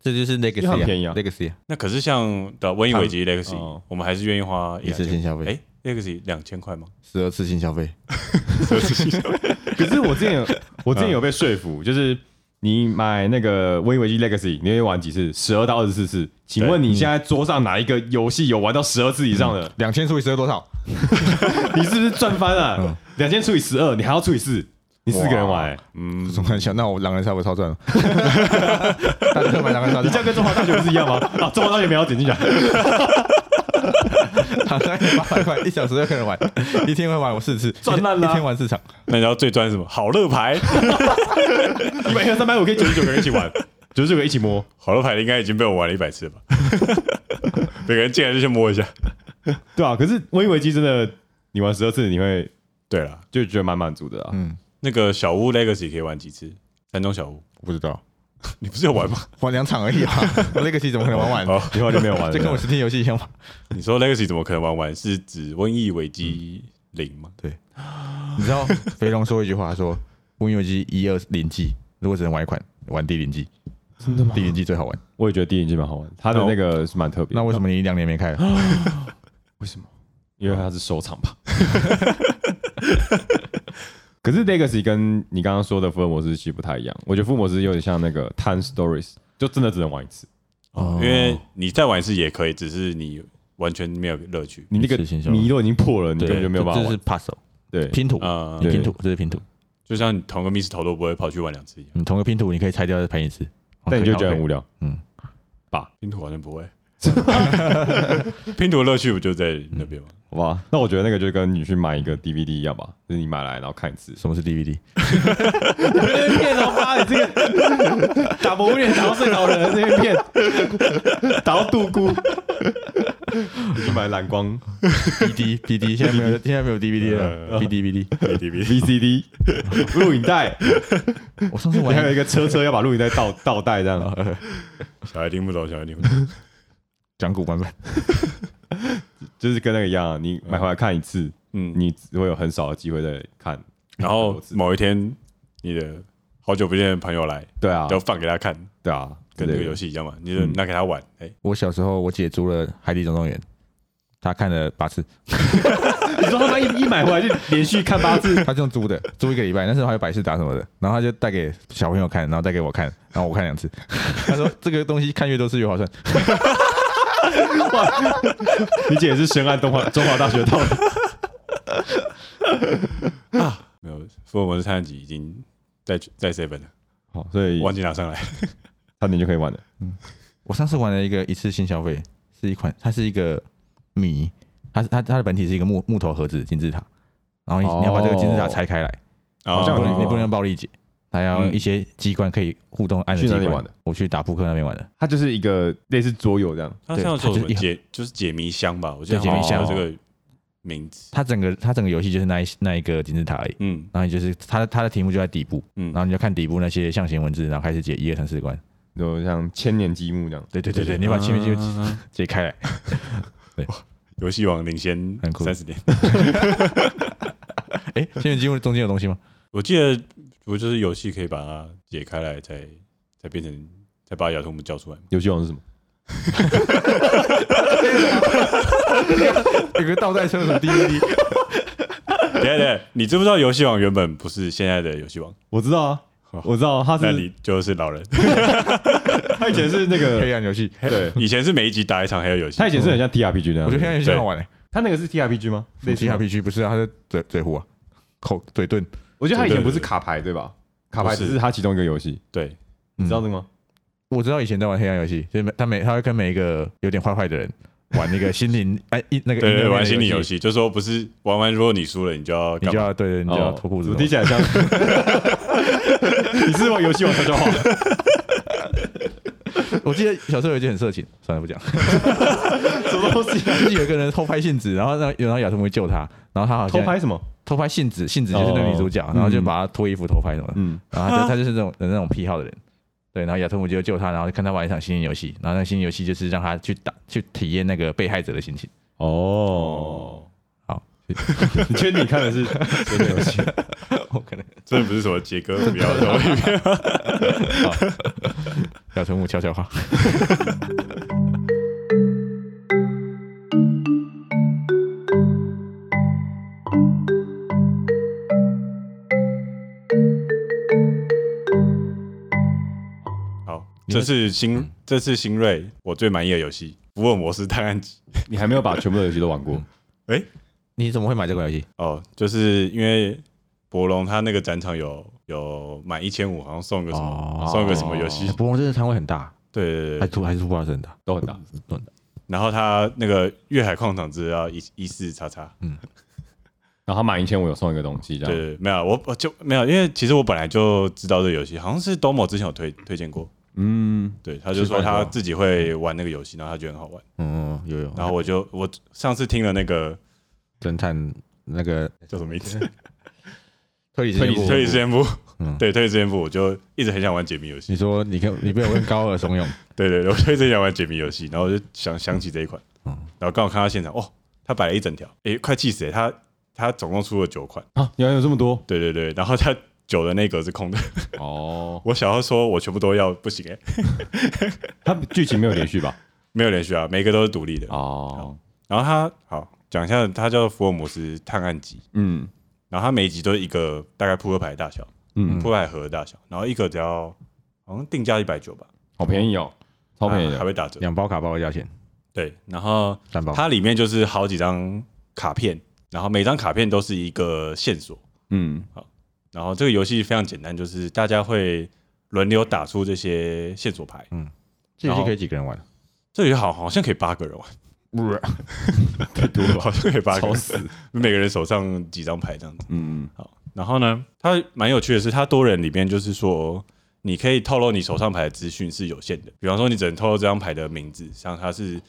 [SPEAKER 1] 这就是那个
[SPEAKER 2] 因为很便宜啊
[SPEAKER 1] legacy 啊
[SPEAKER 3] 那可是像的《瘟疫危机》
[SPEAKER 2] 他
[SPEAKER 3] Legacy，、
[SPEAKER 2] 们哦
[SPEAKER 3] 我们还是愿意花
[SPEAKER 1] 一次性消费，
[SPEAKER 3] 哎、Legacy 两千块吗？
[SPEAKER 1] 十二次性消费，
[SPEAKER 2] 可是我之 *laughs* 前有，我之前有被说服，就是你买那个《微危机 Legacy》，你会玩几次？十二到二十四次。请问你现在桌上哪一个游戏有玩到十二次以上的？
[SPEAKER 1] 两千除以十二多少？
[SPEAKER 2] 你是不是赚翻
[SPEAKER 1] 嗯
[SPEAKER 2] 了？两千除以十二，你还要除以四，你四个人玩、欸，
[SPEAKER 3] 嗯，
[SPEAKER 1] 总很小，那我狼人杀我超 *laughs* 赚了，大家都买狼人杀就
[SPEAKER 2] 你这
[SPEAKER 1] 好，
[SPEAKER 2] 样跟中华大学不是一样吗？啊，中华大学没有点进来，
[SPEAKER 1] 大概八百块，一小时就可以 *laughs* 玩，一天会玩我四次，
[SPEAKER 2] 赚烂了啊
[SPEAKER 1] 一天玩四场，
[SPEAKER 3] 那你知道最专是什么？好乐牌，
[SPEAKER 2] 一百一三百五可以九十九个人一起玩，九十九个一起摸。
[SPEAKER 3] 好乐牌应该已经被我玩了一百次了吧？ *laughs* 每个人进来就先摸一下。
[SPEAKER 2] 对啊，可是《微危机》真的，你玩十二次，你会
[SPEAKER 3] 对了，
[SPEAKER 2] 就觉得蛮满足的啊。
[SPEAKER 1] 嗯，
[SPEAKER 3] 那个小屋 Legacy 可以玩几次？山中小屋，
[SPEAKER 1] 我不知道，
[SPEAKER 3] 你不是有玩吗？
[SPEAKER 1] 玩两场而 *laughs* 已啊，我 legacy 怎么可能玩完？
[SPEAKER 3] 哦
[SPEAKER 2] 以后就没有玩了。
[SPEAKER 1] 这跟我 Steam 游戏一样嘛，
[SPEAKER 3] 你说 Legacy 怎么可能玩完？是指瘟疫危机零吗？
[SPEAKER 1] 你知道肥龙说一句话说，温游机一二零 G，如果只能玩一款，玩第零 G，
[SPEAKER 2] 真的吗
[SPEAKER 1] 第零 G 最好玩。
[SPEAKER 2] 我也觉得第一季蛮好玩，它的那个是蛮特别的。
[SPEAKER 1] 那为什么你两年没开了？
[SPEAKER 2] 为什么？因为它是收藏吧。 *laughs* 可是 Legacy 跟你刚刚说的福尔摩斯其实不太一样，我觉得福尔摩斯有点像那个 Time Stories，就真的只能玩一次。
[SPEAKER 1] 哦
[SPEAKER 3] 因为你再玩一次也可以，只是你完全没有乐趣。
[SPEAKER 2] 你那个
[SPEAKER 1] 一次性消费
[SPEAKER 2] 谜都已经破了，你
[SPEAKER 1] 对，
[SPEAKER 2] 根本就没有办法
[SPEAKER 1] 这是
[SPEAKER 2] 玩。
[SPEAKER 1] puzzle
[SPEAKER 2] 对，
[SPEAKER 1] 拼图，
[SPEAKER 3] 啊、
[SPEAKER 1] 你
[SPEAKER 2] 对
[SPEAKER 1] 拼图，这是拼图。嗯
[SPEAKER 3] 就像你同个密室逃脱不会跑去玩两次一样，
[SPEAKER 1] 你同个拼图，你可以拆掉再拼一次，
[SPEAKER 2] 但你就
[SPEAKER 1] 哦可以
[SPEAKER 2] 觉得很
[SPEAKER 1] 好
[SPEAKER 2] 无聊。
[SPEAKER 3] 拼图好像不会。 *laughs* 拼图乐趣不就在那边吗？
[SPEAKER 2] 好吧，那我觉得那个就跟你去买一个 DVD 一样吧，就是你买来然后看一次。
[SPEAKER 1] 什么是
[SPEAKER 2] *laughs*
[SPEAKER 1] DVD？
[SPEAKER 2] 骗哦，妈，你这个打蒙面打到睡着人，这边骗，打到杜姑， *laughs* 你去买蓝光
[SPEAKER 1] BD *laughs* BD 现在没有现在没有 DVD 了，BD BD。
[SPEAKER 3] DVD *laughs*
[SPEAKER 2] VCD 录影带，
[SPEAKER 1] *laughs* 我上次 *laughs*
[SPEAKER 2] 你还有
[SPEAKER 1] 玩
[SPEAKER 2] 一个车车要把录影带倒 *laughs* 倒带这样。
[SPEAKER 3] *laughs* 小孩听不懂，小孩听不懂。
[SPEAKER 1] 讲古版本，
[SPEAKER 2] 就是跟那个一样，你买回来看一次，
[SPEAKER 3] 嗯，
[SPEAKER 2] 你只会有很少的机会再看。
[SPEAKER 3] *laughs* 然后某一天你的好久不见的朋友来，
[SPEAKER 2] 对啊，
[SPEAKER 3] 就放给他看，
[SPEAKER 2] 对嗯啊，
[SPEAKER 3] 跟这个游
[SPEAKER 2] 戏
[SPEAKER 3] 戏一样嘛，你就拿给他玩，哎，
[SPEAKER 1] 我小时候我姐租了《海底总动员》，她看了八次，
[SPEAKER 2] 你说他妈一一买回来就连续看八次， *laughs*
[SPEAKER 1] 她就用租的，租一个礼拜，那时候还有百事达什么的，然后她就带给小朋友看，然后带给我看，然后我看两次。 *laughs* 她说这个东西看越多次越划算，
[SPEAKER 2] 你姐也是深谙东华中华大学的道
[SPEAKER 3] *laughs*
[SPEAKER 2] 理。
[SPEAKER 3] 没有，福尔摩斯探案集已经在在 seven 了，
[SPEAKER 2] 好，所以
[SPEAKER 3] 忘记
[SPEAKER 2] *laughs*
[SPEAKER 3] 拿上来。
[SPEAKER 2] 差点就可以玩了。
[SPEAKER 1] 我上次玩了一个一次性消费，是一款它是一个谜，它它它的本体是一个木木头盒子金字塔，然后你,、你要把这个金字塔拆开来，
[SPEAKER 3] 好
[SPEAKER 2] 像
[SPEAKER 1] 不
[SPEAKER 2] 有听
[SPEAKER 1] 能
[SPEAKER 2] 过
[SPEAKER 1] 你不能用暴力解，它要
[SPEAKER 3] 嗯
[SPEAKER 1] 一些机关可以互动按的
[SPEAKER 2] 去
[SPEAKER 1] 机
[SPEAKER 2] 哪里
[SPEAKER 1] 关。
[SPEAKER 2] 玩的？
[SPEAKER 1] 我去打扑克那边玩的。
[SPEAKER 2] 它就是一个类似桌游这样，
[SPEAKER 3] 他像说什
[SPEAKER 1] 对
[SPEAKER 3] 么
[SPEAKER 1] 它就是
[SPEAKER 3] 解，就是解谜箱吧？我记得
[SPEAKER 1] 对解
[SPEAKER 2] 谜
[SPEAKER 3] 好像
[SPEAKER 2] 箱
[SPEAKER 3] 有这个名字。
[SPEAKER 1] 它整个它整个游戏就是那一那一个金字塔而已，
[SPEAKER 3] 嗯
[SPEAKER 1] 然后你就是它的它的题目就在底部，
[SPEAKER 3] 嗯
[SPEAKER 1] 然，后你就看底部那些象形文字，然后开始解一二三四关。
[SPEAKER 2] 就像千年积木这样。
[SPEAKER 1] 对对对对，你把前面就
[SPEAKER 2] 嗯
[SPEAKER 1] 解开来，
[SPEAKER 3] 游戏王领先
[SPEAKER 1] 很酷
[SPEAKER 3] 三十年。 *laughs*
[SPEAKER 1] 哎，前面进入中间有东西
[SPEAKER 2] *laughs*
[SPEAKER 1] 吗？
[SPEAKER 3] 我记得我就是游戏可以把它解开来，才才变成才把雅图姆叫出来嘛。
[SPEAKER 2] 游戏王是什么？
[SPEAKER 1] 有个倒带车什么 *laughs* DVD，
[SPEAKER 3] 对对，你知不知道游戏王原本不是现在的游戏王？
[SPEAKER 2] 我知道啊
[SPEAKER 3] 哦，
[SPEAKER 2] 我知道，它
[SPEAKER 3] 那
[SPEAKER 2] 是
[SPEAKER 3] 你就是老人。
[SPEAKER 2] 它以前是那
[SPEAKER 3] *laughs*
[SPEAKER 2] 个，
[SPEAKER 1] 黑暗游戏，
[SPEAKER 2] 对，
[SPEAKER 3] 以前是每一集打一场黑游戏，
[SPEAKER 2] 它以前是很像 TRPG 那
[SPEAKER 1] 我觉得黑暗
[SPEAKER 2] 样。
[SPEAKER 1] 游戏很好玩诶。
[SPEAKER 2] 它那个是 TRPG 吗？类似
[SPEAKER 1] 其
[SPEAKER 2] 吗
[SPEAKER 1] 他 PG 不是啊，它是嘴嘴胡啊，口嘴遁，
[SPEAKER 2] 我觉得它以前不
[SPEAKER 3] 对对
[SPEAKER 2] 是
[SPEAKER 3] 对
[SPEAKER 2] 卡牌对吧？卡牌
[SPEAKER 3] 不是
[SPEAKER 2] 只是嗯它其中一个游戏，
[SPEAKER 3] 对，
[SPEAKER 2] 你知道这个吗？
[SPEAKER 1] 我知道以前在玩黑暗游戏，就是每他每他会跟每一个有点坏坏的人玩那个心灵哎一那个
[SPEAKER 3] 对
[SPEAKER 1] 音乐
[SPEAKER 3] 对，
[SPEAKER 1] 类的
[SPEAKER 3] 玩心理游，戏，就说不是玩完，如果你输了，你就要
[SPEAKER 1] 你
[SPEAKER 3] 干
[SPEAKER 1] 就
[SPEAKER 3] 嘛？
[SPEAKER 1] 要对对，你就要脱裤子
[SPEAKER 2] 哦
[SPEAKER 1] 嘛。
[SPEAKER 2] 我听起来像， *laughs* 你是玩游戏王悄悄话？
[SPEAKER 1] 我记得小时候有一件很色情，算了不讲。 *laughs*
[SPEAKER 2] 什么东西啊？
[SPEAKER 1] 就是有一个人偷拍信纸，然后让然后亚特木会救他，然后他好
[SPEAKER 2] 偷
[SPEAKER 1] 像
[SPEAKER 2] 拍什么？
[SPEAKER 1] 偷拍信纸，信纸就是那个女主角，
[SPEAKER 2] 哦
[SPEAKER 1] 然后就把她脱衣服偷拍什么的，
[SPEAKER 2] 嗯，
[SPEAKER 1] 然后他就他就是这种有那种癖好的人，对，然后亚特木就救他，然后就看他玩一场心理游戏，然后那个心理游戏就是让他去打去体验那个被害者的心情，
[SPEAKER 2] 哦，
[SPEAKER 1] 好，
[SPEAKER 2] 你确定你看的是真的游戏？
[SPEAKER 1] 我可能
[SPEAKER 3] 这不是什么杰哥
[SPEAKER 1] *laughs*
[SPEAKER 3] 不要的东西
[SPEAKER 1] 亚特木悄悄话，
[SPEAKER 3] 好，
[SPEAKER 1] 你们
[SPEAKER 3] 这次新这次新锐我最满意的游戏《福尔摩斯探案集》
[SPEAKER 2] 你还没有把全部的游戏都玩过？
[SPEAKER 1] 你怎么会买这款游戏？
[SPEAKER 3] 哦，就是因为博龙他那个展场有有满一千五，好像送个什么
[SPEAKER 1] 哦
[SPEAKER 3] 送个什么游戏
[SPEAKER 1] 哎，不过这个摊位很大，
[SPEAKER 3] 对对对
[SPEAKER 1] 还
[SPEAKER 3] 对，
[SPEAKER 1] 突还是突破很大，
[SPEAKER 2] 都很大。
[SPEAKER 3] 然后他那个粤海矿场只要一一四叉叉，
[SPEAKER 1] 嗯
[SPEAKER 2] 然后他满一千，我有送一个东西，这
[SPEAKER 3] 对
[SPEAKER 2] 样。
[SPEAKER 3] 对，对没有我我就没有，因为其实我本来就知道这个游戏，好像是 Domo 之前有推推荐过，
[SPEAKER 2] 嗯，
[SPEAKER 3] 对，他就说他自己会玩那个游戏，然后他觉得很好玩，
[SPEAKER 1] 嗯，有有，
[SPEAKER 3] 然后我就我上次听了那个
[SPEAKER 1] 侦探那个
[SPEAKER 3] 叫什么名字？ *laughs*
[SPEAKER 1] 推理
[SPEAKER 2] 推理
[SPEAKER 1] 事件簿
[SPEAKER 3] 推理实验部
[SPEAKER 1] 嗯，
[SPEAKER 3] 对推理实验部，我就一直很想玩解谜游戏
[SPEAKER 1] 你。说你跟你被我跟高尔
[SPEAKER 3] *laughs*
[SPEAKER 1] 怂恿，
[SPEAKER 3] 对对对，我就一直想玩解谜游戏，然后我就想想起这一款，
[SPEAKER 1] 嗯
[SPEAKER 3] 然后刚好看到现场，哦，他摆了一整条，诶，快气死了！欸他他总共出了九款，
[SPEAKER 2] 啊，原来有这么多
[SPEAKER 3] 对对对，然后他九的那格是空的， *laughs*
[SPEAKER 2] 哦。
[SPEAKER 3] 我想要说我全部都要，不行诶，
[SPEAKER 2] 它剧情没有连续吧？
[SPEAKER 3] 没有连续啊，每个都是独立的。
[SPEAKER 2] 哦，
[SPEAKER 3] 然后他好讲一下，他叫福尔摩斯探案集，
[SPEAKER 2] 嗯
[SPEAKER 3] 然后他每一集都是一个大概扑克牌的大小，
[SPEAKER 2] 嗯，
[SPEAKER 3] 扑克牌盒的大小，然后一个只要好像定价一百九吧，
[SPEAKER 2] 好便宜哦，超便宜
[SPEAKER 3] 啊还还
[SPEAKER 2] 的。
[SPEAKER 3] 会打折。
[SPEAKER 1] 两包卡包的价钱，
[SPEAKER 3] 对，然后
[SPEAKER 1] 三包，
[SPEAKER 3] 它里面就是好几张卡片，然后每张卡片都是一个线索。
[SPEAKER 2] 嗯，
[SPEAKER 3] 然后这个游戏非常简单，就是大家会轮流打出这些线索牌。
[SPEAKER 1] 这游戏可以几个人玩？
[SPEAKER 3] 这这里好好像可以八个人玩，
[SPEAKER 2] 太多 *laughs* 了吧？
[SPEAKER 3] 好像可以八个
[SPEAKER 2] 吵
[SPEAKER 3] 人，
[SPEAKER 2] 死！
[SPEAKER 3] 每个人手上几张牌这样子。
[SPEAKER 2] 嗯，
[SPEAKER 3] 然后呢，它蛮有趣的是，它多人里面就是说，你可以透露你手上牌的资讯是有限的，比方说你只能透露这张牌的名字，像它是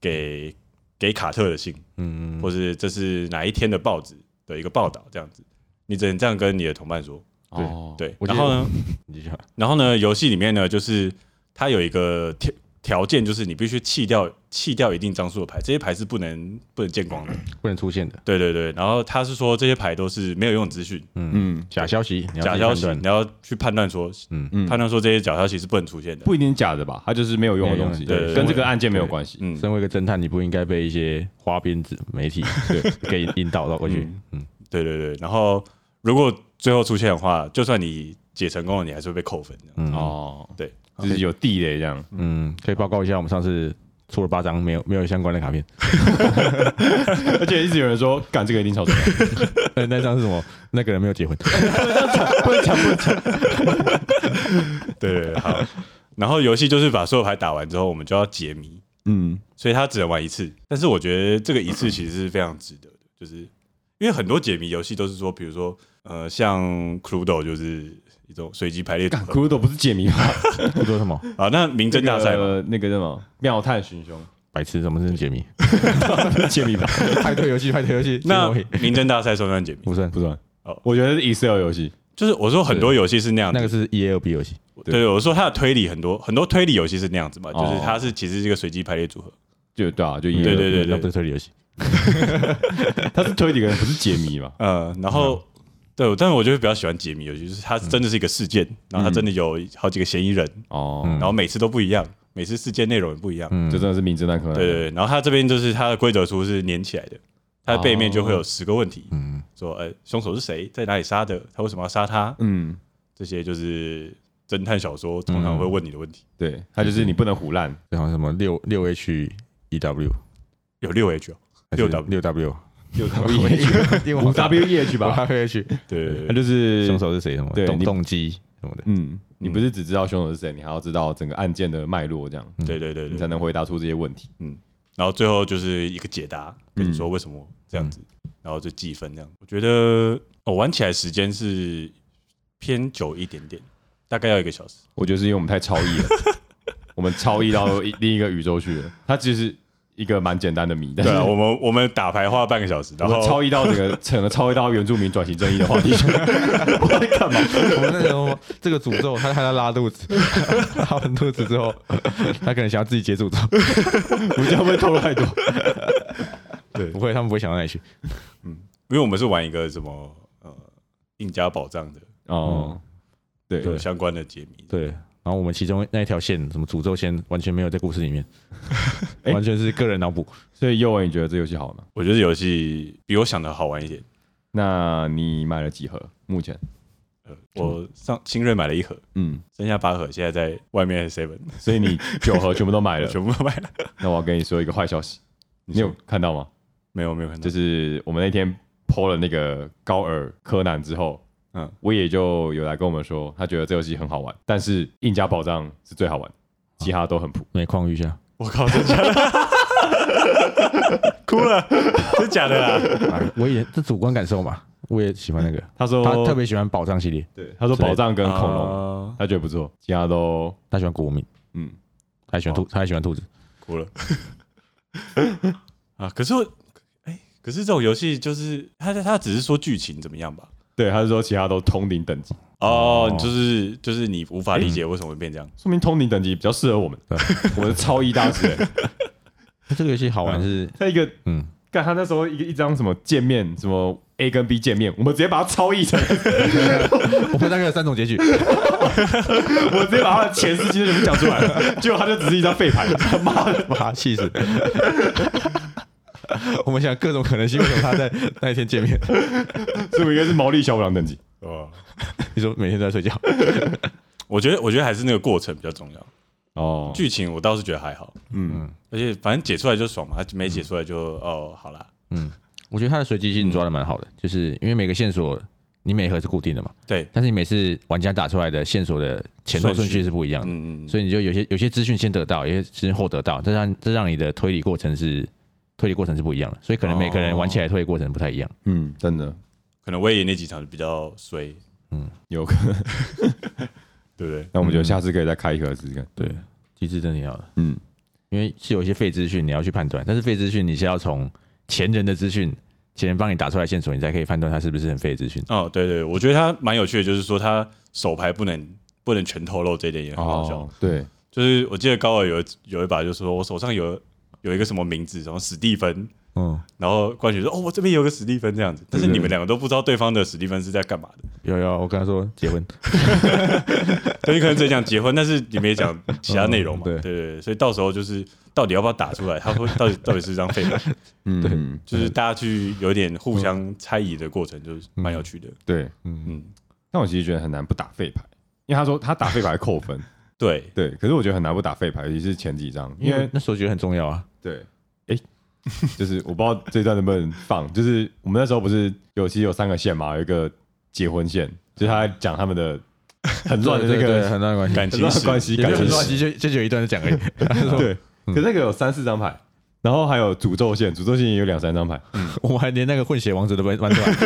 [SPEAKER 3] 给给卡特的信，
[SPEAKER 1] 嗯，
[SPEAKER 3] 或是这是哪一天的报纸的一个报道这样子，你只能这样跟你的同伴说。
[SPEAKER 2] 哦，
[SPEAKER 3] 对，
[SPEAKER 1] 我记
[SPEAKER 3] 然
[SPEAKER 1] 得
[SPEAKER 3] 后呢，
[SPEAKER 1] 你继续吧
[SPEAKER 3] 然后呢，游戏里面呢，就是它有一个条条件，就是你必须弃掉弃掉一定张数的牌，这些牌是不能不能见光的。
[SPEAKER 1] 不能出现的，
[SPEAKER 3] 对对对，然后他是说这些牌都是没有用的资讯，
[SPEAKER 2] 嗯，
[SPEAKER 1] 假消息，你要
[SPEAKER 3] 假
[SPEAKER 1] 自己
[SPEAKER 3] 消
[SPEAKER 1] 判
[SPEAKER 3] 息，
[SPEAKER 1] 断
[SPEAKER 3] 你要去判断说，
[SPEAKER 1] 嗯
[SPEAKER 2] 嗯
[SPEAKER 3] 判断说这些假消息是不能出现的。
[SPEAKER 2] 不一定假的吧？它就是没有用的东西，
[SPEAKER 1] 没
[SPEAKER 3] 有用对
[SPEAKER 2] 跟这个案件没有关系。
[SPEAKER 3] 嗯，
[SPEAKER 1] 身为一个侦探，你不应该被一些花边子媒
[SPEAKER 3] *laughs*
[SPEAKER 1] 体给引导到过去。嗯，
[SPEAKER 3] 对对对，然后如果最后出现的话，就算你解成功了，你还是会被扣分的。
[SPEAKER 1] 嗯
[SPEAKER 2] 哦，
[SPEAKER 3] 对，
[SPEAKER 2] 就是有地雷这样。
[SPEAKER 1] 嗯，可以报告一下，我们上次出了八张没有没有相关的卡片，*laughs*
[SPEAKER 2] *laughs* 而且一直有人说，干这个一定超准，
[SPEAKER 1] 那那张是什么？那个人没有结婚。 *laughs*
[SPEAKER 2] 不能讲，不能讲。
[SPEAKER 3] 对对对，
[SPEAKER 1] *laughs*
[SPEAKER 3] 好。然后游戏就是把所有牌打完之后，我们就要解谜，
[SPEAKER 2] 嗯，
[SPEAKER 3] 所以他只能玩一次。但是我觉得这个一次其实是非常值得的，就是因为很多解谜游戏都是说，比如说呃，像 Cluedo 就是一种随机排列组
[SPEAKER 2] 干
[SPEAKER 3] 合
[SPEAKER 2] 骷髅不是解谜吗？ *laughs*
[SPEAKER 1] 不说什么
[SPEAKER 3] 啊。那名侦大赛嘛，
[SPEAKER 2] 呃，那个什么妙探寻 *laughs* 凶，
[SPEAKER 1] 白痴，什么是
[SPEAKER 3] *laughs*
[SPEAKER 1] 解谜？
[SPEAKER 2] 解谜吧？
[SPEAKER 1] 派对游戏，派对游戏，
[SPEAKER 3] 那
[SPEAKER 1] 解谜
[SPEAKER 3] 名侦大赛算不算解谜？
[SPEAKER 1] 不算，
[SPEAKER 2] 不算
[SPEAKER 3] 哦，
[SPEAKER 2] 我觉得是 Excel 游戏。
[SPEAKER 3] 就是我说很多游戏是那样子
[SPEAKER 1] 那个是 E L B 游戏。
[SPEAKER 3] 对我说它的推理很多很多推理游戏是那样子嘛，就是
[SPEAKER 2] 哦
[SPEAKER 3] 它是其实是一个随机排列组合。
[SPEAKER 2] 就对啊，就
[SPEAKER 3] 对对对
[SPEAKER 1] 那不是推理游戏。
[SPEAKER 2] 他是推理人，不是解谜嘛？
[SPEAKER 3] 呃，然后、对，但是我就会比较喜欢解谜游戏，就是它真的是一个事件，然后它真的有好几个嫌疑人，
[SPEAKER 2] 哦，
[SPEAKER 1] 嗯
[SPEAKER 3] 然后每次都不一样，每次事件内容也不一样。
[SPEAKER 1] 嗯
[SPEAKER 2] 这，真的是名侦探柯南。
[SPEAKER 3] 对对对，然后它这边就是它的规则书是粘起来的，它的背面就会有十个问题，
[SPEAKER 1] 嗯
[SPEAKER 3] 说呃凶手是谁，在哪里杀的，他为什么要杀他，
[SPEAKER 2] 嗯，
[SPEAKER 3] 这些就是侦探小说通常会问你的问题。
[SPEAKER 2] 对，他就是你不能胡 *laughs* 乱。
[SPEAKER 1] 然后什么六六 H E W
[SPEAKER 3] 有六 H 哦，
[SPEAKER 1] 还是
[SPEAKER 3] 6W
[SPEAKER 1] 六 *laughs* W
[SPEAKER 2] 六 W H，
[SPEAKER 1] *laughs*
[SPEAKER 2] 五 W E H *laughs* 吧，
[SPEAKER 1] 八 H
[SPEAKER 3] 对对对
[SPEAKER 2] 他就是
[SPEAKER 1] 凶。手是谁？什么
[SPEAKER 2] 对
[SPEAKER 1] 动
[SPEAKER 2] 你
[SPEAKER 1] 动机什么的？
[SPEAKER 2] 嗯，你不是只知道凶手是谁，你还要知道整个案件的脉络，这样
[SPEAKER 3] 对对对
[SPEAKER 2] 你
[SPEAKER 3] 对
[SPEAKER 2] 才能回答出这些问题。
[SPEAKER 3] 然后最后就是一个解答，跟你说为什么这样子，
[SPEAKER 2] 嗯
[SPEAKER 3] 然后就计分这样。我觉得我、哦玩起来时间是偏久一点点，大概要一个小
[SPEAKER 2] *laughs*
[SPEAKER 3] 时。
[SPEAKER 2] 我觉得是因为我们太超意了，我们超意到一另一个宇宙去了。它其实是一个蛮简单的谜，但
[SPEAKER 3] 对
[SPEAKER 2] 是
[SPEAKER 3] 啊， *laughs* 我们我们打牌花了半个小时，然
[SPEAKER 2] 我们
[SPEAKER 3] 后
[SPEAKER 2] 超意到整个整个超意到原住民转型正义的话题去了。 *laughs* 我在干嘛？
[SPEAKER 1] *laughs* 我们那时候这个诅咒，他他在拉肚子， *laughs* 拉完肚子之后， *laughs* 他可能想要自己解 *laughs* 诅咒，
[SPEAKER 2] 我这样会不会透露太多？
[SPEAKER 1] 不会，他们不会想到那里去。
[SPEAKER 3] 因为我们是玩一个什么呃印加宝藏的
[SPEAKER 2] 哦，对
[SPEAKER 3] 有相关的解谜。
[SPEAKER 1] 对，然后我们其中那一条线，什么诅咒线，完全没有在故事 *laughs* 里面，
[SPEAKER 2] 哎
[SPEAKER 1] 完全是个人脑补。
[SPEAKER 2] 所以佑文，你觉得这游戏好吗？
[SPEAKER 3] 我觉得游戏比我想的好玩一点。
[SPEAKER 2] 那你买了几盒？目前，
[SPEAKER 3] 呃，我上新锐买了一盒，
[SPEAKER 2] 嗯，
[SPEAKER 3] 剩下八盒，现在在外面 seven
[SPEAKER 2] 所以你九盒全部都买
[SPEAKER 3] *laughs*
[SPEAKER 2] 了。
[SPEAKER 3] 全部都买了。
[SPEAKER 2] 那我要跟你说一个坏消息，你有看到吗？
[SPEAKER 3] 没有没有看到
[SPEAKER 2] 就，是我们那天剖了那个高尔柯南之后，
[SPEAKER 3] 嗯
[SPEAKER 2] 嗯，我也就有来跟我们说，他觉得这游戏很好玩，但是印加宝藏是最好玩，其他都很普。
[SPEAKER 1] 每况愈下，
[SPEAKER 3] 我靠，真的
[SPEAKER 2] *laughs*
[SPEAKER 3] 假的？哭了，真假的啦？
[SPEAKER 1] 啊我也这主观感受嘛，我也喜欢那个，
[SPEAKER 2] 他说
[SPEAKER 1] 他特别啊喜欢宝藏系列，
[SPEAKER 2] 对，他说宝藏跟恐龙，
[SPEAKER 3] 龙
[SPEAKER 2] 他觉得不错，其他都
[SPEAKER 1] 他喜欢国民，
[SPEAKER 2] 嗯，
[SPEAKER 1] 他还喜欢兔，他还喜欢兔子。
[SPEAKER 3] 哭了 *laughs* 啊！可是我，哎、可是这种游戏就是他他只是说剧情怎么样吧？
[SPEAKER 2] 对，他是说其他都通灵等级，
[SPEAKER 3] 哦，就是就是你无法理解
[SPEAKER 2] 嗯
[SPEAKER 3] 为什么会变这样。
[SPEAKER 2] 说明通灵等级比较适合我们，我们是超一大 *laughs* 师、欸，
[SPEAKER 1] 这个游戏好玩是，
[SPEAKER 2] 他一个
[SPEAKER 1] 嗯，
[SPEAKER 2] 干他那时候一个一张什么见面，什么 A 跟 B 见面，我们直接把它超译成，
[SPEAKER 1] 我们大概有三种结 *laughs* 局，
[SPEAKER 2] 我直接把他的前世今生全部讲出来了，结果他就只是一张废牌，他妈的！
[SPEAKER 1] 哇，气死！ *laughs* 我们想各种可能性，为什么他 *laughs* 在那一天见面？
[SPEAKER 2] 所以我应该是毛利小五郎等级。
[SPEAKER 3] 哦，
[SPEAKER 1] 你说每天都在睡觉，
[SPEAKER 3] 我觉得我觉得还是那个过程比较重要，
[SPEAKER 2] 哦，
[SPEAKER 3] 剧情我倒是觉得还好，
[SPEAKER 2] 嗯，
[SPEAKER 3] 而且反正解出来就爽嘛，没解出来就、哦好啦。
[SPEAKER 1] 我觉得他的随机性抓的蛮好的，就是因为每个线索你每盒是固定的嘛，
[SPEAKER 3] 对，
[SPEAKER 1] 但是你每次玩家打出来的线索的前后顺序是不一样的，
[SPEAKER 3] 嗯嗯，
[SPEAKER 1] 所以你就有些有些资讯先得到，有些资讯后得到，这让这让你的推理过程是推理过程是不一样的，所以可能每个人玩起来推理过程不太一样。
[SPEAKER 2] 嗯，真的
[SPEAKER 3] 可能魏爷那几场比较衰，
[SPEAKER 2] 有可能。
[SPEAKER 3] 对不对？
[SPEAKER 2] 那我们就下次可以再开一盒试试看。
[SPEAKER 1] 对，机制真的要的，
[SPEAKER 2] 嗯，
[SPEAKER 1] 因为是有一些废资讯你要去判断，但是废资讯你是要从前人的资讯，前人帮你打出来线索，你才可以判断它是不是很废的资讯。
[SPEAKER 3] 哦，对对，我觉得他蛮有趣的，就是说他手牌不能不能全透露这一点也很好笑。
[SPEAKER 2] 哦，对，
[SPEAKER 3] 就是我记得高尔有一有一把就说我手上有有一个什么名字，然后史蒂芬，
[SPEAKER 1] 嗯，
[SPEAKER 3] 然后冠军说哦我这边有个史蒂芬这样子，但是你们两个都不知道对方的史蒂芬是在干嘛的，
[SPEAKER 1] 有有，我跟他说结婚，
[SPEAKER 3] 对，你可能只讲结婚，但是你们也讲其他内容嘛，
[SPEAKER 1] 嗯对
[SPEAKER 3] 哦对对对，所以到时候就是到底要不要打出来，他会到底到底是张 *laughs* 废牌，
[SPEAKER 2] 嗯，
[SPEAKER 3] 就是大家去有点互相猜疑的过程，就是蛮有趣的，
[SPEAKER 2] 对。
[SPEAKER 3] 嗯，
[SPEAKER 2] 但我其实觉得很难不打废牌，因为他说他打废牌扣 *laughs* 分，
[SPEAKER 3] 对，
[SPEAKER 2] 对。可是我觉得很难不打废牌，尤其是前几张，因
[SPEAKER 1] 因
[SPEAKER 2] 为
[SPEAKER 1] 为那时候觉得很重要啊。
[SPEAKER 2] 对，哎、就是我不知道这段能不能放，就是我们那时候不是有其实有三个线嘛，有一个结婚线，就是他在讲他们 *laughs* 的很乱的那
[SPEAKER 1] 对对对
[SPEAKER 2] 个
[SPEAKER 1] 很乱的关系，
[SPEAKER 3] 感
[SPEAKER 2] 很
[SPEAKER 3] 情
[SPEAKER 2] 乱的
[SPEAKER 3] 史
[SPEAKER 2] 关系，
[SPEAKER 1] 也没
[SPEAKER 2] 感
[SPEAKER 1] *laughs* 有
[SPEAKER 2] 情
[SPEAKER 1] 很
[SPEAKER 2] 史
[SPEAKER 1] 乱，其实就就只有一段在讲而已。
[SPEAKER 2] 对。可那个有三四张牌，然后还有诅咒线，诅咒线也有两三张牌，
[SPEAKER 1] *laughs* 我们还连那个混血王子都玩玩
[SPEAKER 2] *laughs*
[SPEAKER 1] 出来，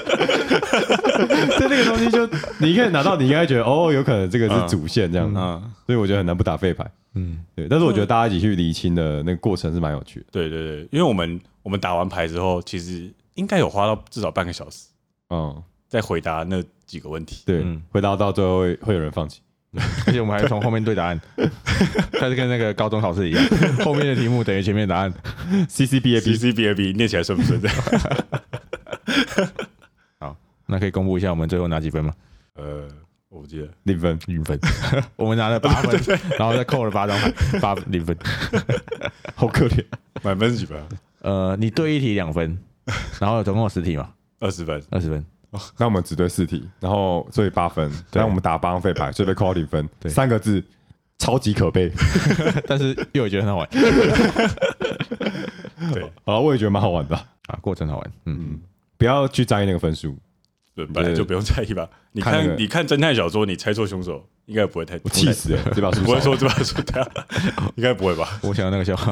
[SPEAKER 2] 所以那个东西就你可以拿到，你应该觉得哦，有可能这个是主线这样，
[SPEAKER 3] 嗯，
[SPEAKER 2] 所以我觉得很难不打废牌。
[SPEAKER 1] 嗯，
[SPEAKER 2] 对，但是我觉得大家一起去厘清的那个过程是蛮有趣的。
[SPEAKER 3] 对对对，因为我们我们打完牌之后，其实应该有花到至少半个小时
[SPEAKER 2] 嗯，
[SPEAKER 3] 在回答那几个问题，
[SPEAKER 2] 对
[SPEAKER 1] 嗯，
[SPEAKER 2] 回答到最后会会有人放弃。
[SPEAKER 1] 而且我们还从后面对答
[SPEAKER 2] *laughs*
[SPEAKER 1] 案，它是跟那个高中考试一样，后面的题目等于前面的答案。
[SPEAKER 2] C C B A
[SPEAKER 3] B
[SPEAKER 2] B，
[SPEAKER 3] C B A B E，念起来顺不顺？
[SPEAKER 1] 那可以公布一下我们最后拿几分吗？
[SPEAKER 3] 呃，我不记得，
[SPEAKER 2] 零分。
[SPEAKER 1] 零分，我们拿了 *laughs* 八分，然后再扣了八 *laughs* 张牌，八零分。
[SPEAKER 2] 好可怜。
[SPEAKER 3] 满分是几分啊？
[SPEAKER 1] 呃，你对一题两 *laughs* 分，然后总共有十题嘛，
[SPEAKER 3] 二十分。
[SPEAKER 1] 二十分。
[SPEAKER 2] *laughs* 那我们只对四题，然后所以八分，
[SPEAKER 1] 对
[SPEAKER 2] 然后我们打八张废牌，所以被扣到零分。
[SPEAKER 1] 对
[SPEAKER 2] 三个字，超级可悲。
[SPEAKER 1] 但是又有觉得很好玩
[SPEAKER 3] 对，
[SPEAKER 2] *laughs* 好了，我也觉得蛮好玩的，
[SPEAKER 1] 啊，过程好玩。嗯，
[SPEAKER 2] 不要去在意那个分数。
[SPEAKER 3] 对本来就不用在意吧。你
[SPEAKER 2] 看那个
[SPEAKER 3] 看，你看侦探小说，你猜错凶手应该不会太，
[SPEAKER 2] 我气死了，这把书
[SPEAKER 3] 不会
[SPEAKER 2] 少
[SPEAKER 3] 说这把说他，
[SPEAKER 2] *laughs*
[SPEAKER 3] 应该不会吧？
[SPEAKER 1] 我想到那个笑 *laughs* 话，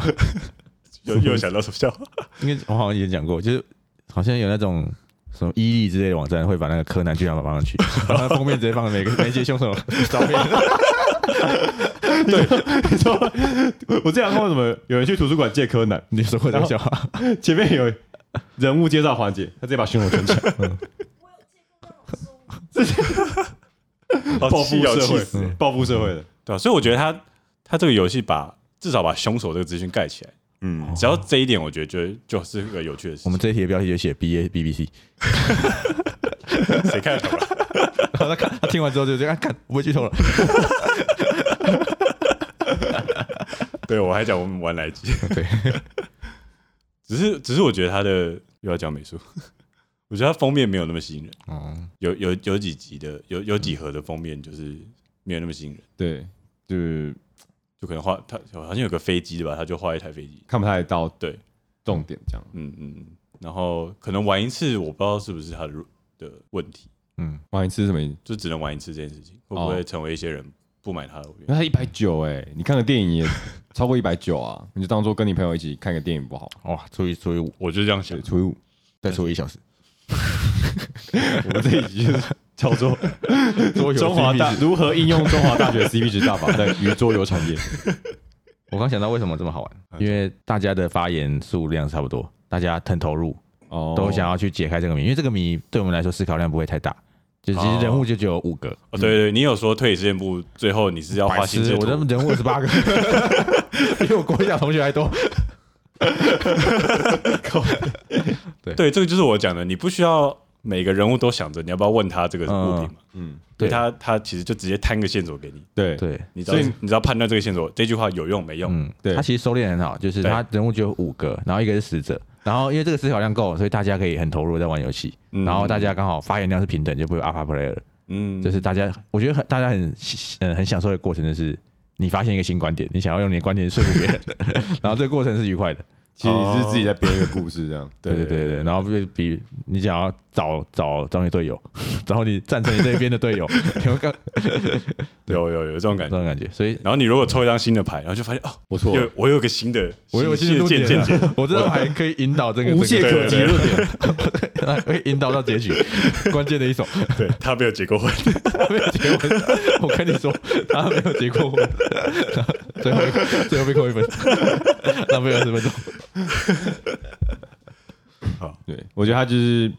[SPEAKER 2] *laughs*
[SPEAKER 3] 又又想到什么笑话？
[SPEAKER 1] 因为我好像以前讲过，就是好像有那种什么伊利之类的网站会把那个柯南剧场版放上 *laughs* 去，然后它封面直接放每个 *laughs* 每一些凶手的照 *laughs* 片。
[SPEAKER 2] 我我之前看过什么，有人去图书馆借柯南，
[SPEAKER 1] 你说过这个笑话？
[SPEAKER 2] 前面有人物介绍环节，他直接把凶手圈起来，报
[SPEAKER 3] 好 *laughs*
[SPEAKER 2] 复
[SPEAKER 3] 气哦
[SPEAKER 2] 社
[SPEAKER 3] 气死
[SPEAKER 2] 会，嗯报复社会的。
[SPEAKER 3] 对啊，所以我觉得他他这个游戏把至少把凶手这个资讯盖起来，
[SPEAKER 4] 嗯，
[SPEAKER 3] 只要这一点，我觉得就就是个有趣的事
[SPEAKER 1] *laughs* 我
[SPEAKER 3] 情
[SPEAKER 1] 们。这一题的标题就写 B A B B C，
[SPEAKER 3] *laughs* 谁看得懂
[SPEAKER 2] *laughs*
[SPEAKER 3] 啊？
[SPEAKER 1] 然 *laughs* 后他看他听完之后就这样啊看，我被剧透了。
[SPEAKER 3] 对我还讲我们玩来机，
[SPEAKER 1] 对，
[SPEAKER 3] *laughs* 只是只是我觉得他的又要讲美术， *laughs* 我觉得他封面没有那么吸引人。
[SPEAKER 1] 哦，
[SPEAKER 3] 有有有几集的有有几盒的封面就是没有那么吸引人，
[SPEAKER 2] 对，就是
[SPEAKER 3] 就可能画他好像有个飞机的吧，他就画一台飞机，
[SPEAKER 2] 看不太到
[SPEAKER 3] 对
[SPEAKER 2] 重点这样。
[SPEAKER 3] 嗯嗯，然后可能玩一次，我不知道是不是他的的问题，
[SPEAKER 1] 嗯，
[SPEAKER 2] 玩一次是什么意思？
[SPEAKER 3] 就只能玩一次这件事情，会不会成为一些人不买他的
[SPEAKER 2] 因为
[SPEAKER 3] 原因？
[SPEAKER 2] 他一百九哎，你看个电影也超过一百九啊，你就当做跟你朋友一起看个电影不好。
[SPEAKER 1] 哇，除以除以五，
[SPEAKER 3] 我就这样想
[SPEAKER 2] 对，，除以五，
[SPEAKER 1] 再除以一小时。
[SPEAKER 2] 我们这一集就是 *laughs* 叫做
[SPEAKER 1] 桌游
[SPEAKER 2] 中华
[SPEAKER 1] CP
[SPEAKER 2] 大
[SPEAKER 1] 值
[SPEAKER 2] 如何应用中华大学 CP 值大法 *laughs* 在于桌游产业。
[SPEAKER 1] *laughs* 我刚想到为什么这么好
[SPEAKER 3] 啊
[SPEAKER 1] 玩，因为大家的发言数量差不多，大家很投入，
[SPEAKER 2] 哦
[SPEAKER 1] 都想要去解开这个谜，因为这个谜对我们来说思考量不会太大，就其
[SPEAKER 3] 哦
[SPEAKER 1] 实人物就只有五个，
[SPEAKER 3] 哦，对对，你有说推理事件簿最后你是要画
[SPEAKER 1] 白
[SPEAKER 3] 心
[SPEAKER 1] 痴，
[SPEAKER 3] 智
[SPEAKER 1] 我
[SPEAKER 3] 图
[SPEAKER 1] 的人物十
[SPEAKER 3] *laughs*
[SPEAKER 1] 八个，比我国小同学还多。
[SPEAKER 3] 对，这个就是我讲的，你不需要每个人物都想着你要不要问他这个物品嘛，
[SPEAKER 2] 嗯，
[SPEAKER 3] 对他他其实就直接摊个线索给你，
[SPEAKER 2] 对
[SPEAKER 1] 对，
[SPEAKER 3] 你知道
[SPEAKER 2] 所以
[SPEAKER 3] 你知道判断这个线索这句话有用没用，
[SPEAKER 1] 嗯，
[SPEAKER 2] 对
[SPEAKER 1] 他其实收敛很好，就是
[SPEAKER 3] 对
[SPEAKER 1] 他人物只有五个，然后一个是死者，然后因为这个思考量够，所以大家可以很投入在玩游戏，
[SPEAKER 3] 嗯
[SPEAKER 1] 然后大家刚好发言量是平等，就不会有 alpha player，了
[SPEAKER 3] 嗯，
[SPEAKER 1] 就是大家我觉得很大家很嗯很享受的 *laughs* 过程，就是你发现一个新观点，你想要用你的观点说服别人，然后这个过程是愉快的，哦
[SPEAKER 2] 其实你是自己在编一个故事这样。
[SPEAKER 1] 对对对对，然后比比你想要找找找你队友， *laughs* 然后你站成你这边的队友， *laughs* 有没有感
[SPEAKER 3] 有有有这种感
[SPEAKER 1] 这
[SPEAKER 3] 觉。
[SPEAKER 1] 种感觉？所以
[SPEAKER 3] 然后你如果抽一张新的牌，然后就发现哦，
[SPEAKER 2] 不错
[SPEAKER 3] 有我有个新的，
[SPEAKER 1] 我有
[SPEAKER 3] 新
[SPEAKER 1] 新的
[SPEAKER 3] 的见
[SPEAKER 1] 见解
[SPEAKER 3] 见解，，
[SPEAKER 1] 啊我这道还可以引导这个
[SPEAKER 2] 无懈可击的论点，
[SPEAKER 1] *laughs* 那会引导到结局，关键的一手。
[SPEAKER 3] 对他没有结过婚，
[SPEAKER 1] 他没有结婚，我跟你说，他没有结过婚，最后一最后被扣一 *laughs* 分，浪费二十分钟。
[SPEAKER 2] 对，我觉得他就是，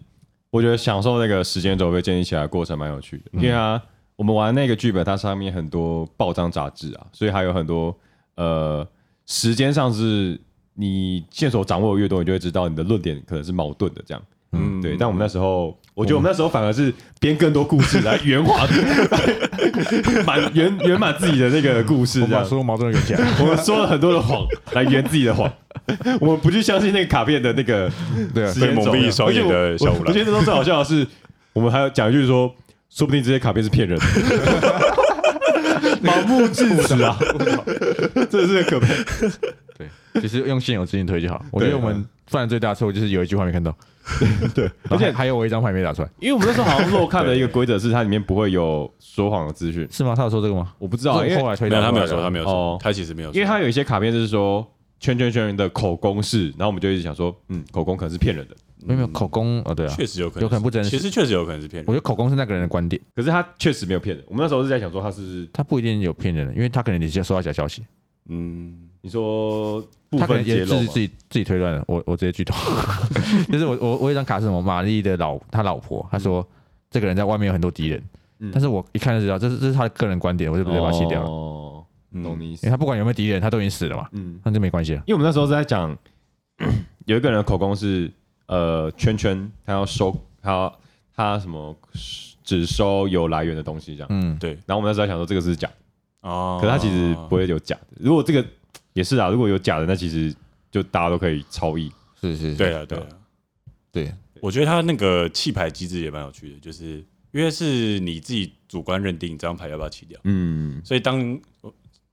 [SPEAKER 2] 我觉得享受那个时间轴被建立起来的过程蛮有趣的，因为啊，我们玩那个剧本，它上面很多报章杂志啊，所以还有很多呃，时间上是你线索掌握的越多，你就会知道你的论点可能是矛盾的这样。嗯，对。但我们那时候，我觉得我们那时候反而是编更多故事来圆滑， *laughs* 满圆圆满自己的那个故事，这样。
[SPEAKER 1] 有矛盾圆起来。
[SPEAKER 2] *laughs* 我们说了很多的谎来圆自己的 *laughs* 谎，我们不去相信那个卡片的那个
[SPEAKER 1] 对啊
[SPEAKER 2] 时间
[SPEAKER 3] 被
[SPEAKER 2] 轴
[SPEAKER 3] 蒙蔽双眼的小五
[SPEAKER 2] 而且我我
[SPEAKER 3] 郎
[SPEAKER 2] 我觉得那时候最好笑的是，我们还有讲一句说，说不定这些卡片是骗人的， *laughs* 盲目至此 *laughs* 啊，真的是很可悲。
[SPEAKER 1] 对，其实用现有资金推就好。我觉得我们犯的最大错误就是有一句话没看到，
[SPEAKER 2] 对，
[SPEAKER 1] 而
[SPEAKER 2] 而
[SPEAKER 1] 且
[SPEAKER 2] 且
[SPEAKER 1] 还有我一张牌没打出来，
[SPEAKER 2] 因为我们那时候好像漏看了一个规则，是它里面不会有说谎的资讯，
[SPEAKER 1] 是吗？他有说这个吗？
[SPEAKER 2] 我不知道，因
[SPEAKER 1] 这是后
[SPEAKER 2] 为
[SPEAKER 1] 来推
[SPEAKER 3] 没有
[SPEAKER 1] 到
[SPEAKER 3] 他没有
[SPEAKER 1] 出来
[SPEAKER 3] 说，
[SPEAKER 1] 的
[SPEAKER 3] 他没有
[SPEAKER 2] 哦
[SPEAKER 3] 说，他其实没有说，
[SPEAKER 2] 因为它有一些卡片就是说。圈圈圈的口供是，然后我们就一直想说，嗯，口供可能是骗人的，
[SPEAKER 1] 没有没有口供哦，对啊，
[SPEAKER 3] 确实有可能，
[SPEAKER 1] 有可能不真实
[SPEAKER 3] 其实确实有可能是骗
[SPEAKER 1] 我
[SPEAKER 3] 人。
[SPEAKER 1] 觉得口供是那个人的观点，
[SPEAKER 2] 可是他确实没有骗人。我们那时候是在想说，他是不是
[SPEAKER 1] 他不一定有骗人的，因为他可能也是收到假消息，
[SPEAKER 3] 嗯，
[SPEAKER 2] 你说部
[SPEAKER 1] 他可
[SPEAKER 2] 分
[SPEAKER 1] 能
[SPEAKER 2] 揭
[SPEAKER 1] 也
[SPEAKER 2] 露
[SPEAKER 1] 自
[SPEAKER 2] 吗
[SPEAKER 1] 己自己自己推断的，我我直接剧透，就是我我我有一张卡是什么玛丽的老他老婆，她说这个人在外面有很多敌人，
[SPEAKER 2] 嗯
[SPEAKER 1] 但是我一看就知道这是这是他的个人观点，我就直接把它洗掉了，
[SPEAKER 2] 哦，
[SPEAKER 3] 嗯
[SPEAKER 2] 懂你意思
[SPEAKER 1] 因为。他不管有没有敌人，他都已经死了嘛，
[SPEAKER 2] 嗯，
[SPEAKER 1] 那就没关系了。
[SPEAKER 2] 因为我们那时候是在 *clears throat* 讲，有一个人的口供是，呃，圈圈他要收他要他什么只收有来源的东西这样。
[SPEAKER 1] 嗯，
[SPEAKER 3] 对
[SPEAKER 2] 然后我们那时候在想说这个是假，
[SPEAKER 3] 哦
[SPEAKER 2] 可是他其实不会有假的。如果这个也是啊，如果有假的，那其实就大家都可以超译。
[SPEAKER 1] 是是，是
[SPEAKER 3] 对啊了对了
[SPEAKER 1] 对，
[SPEAKER 3] 我觉得他那个弃牌机制也蛮有趣的，就是因为是你自己主观认定你这张牌要不要弃掉，
[SPEAKER 2] 嗯，
[SPEAKER 3] 所以当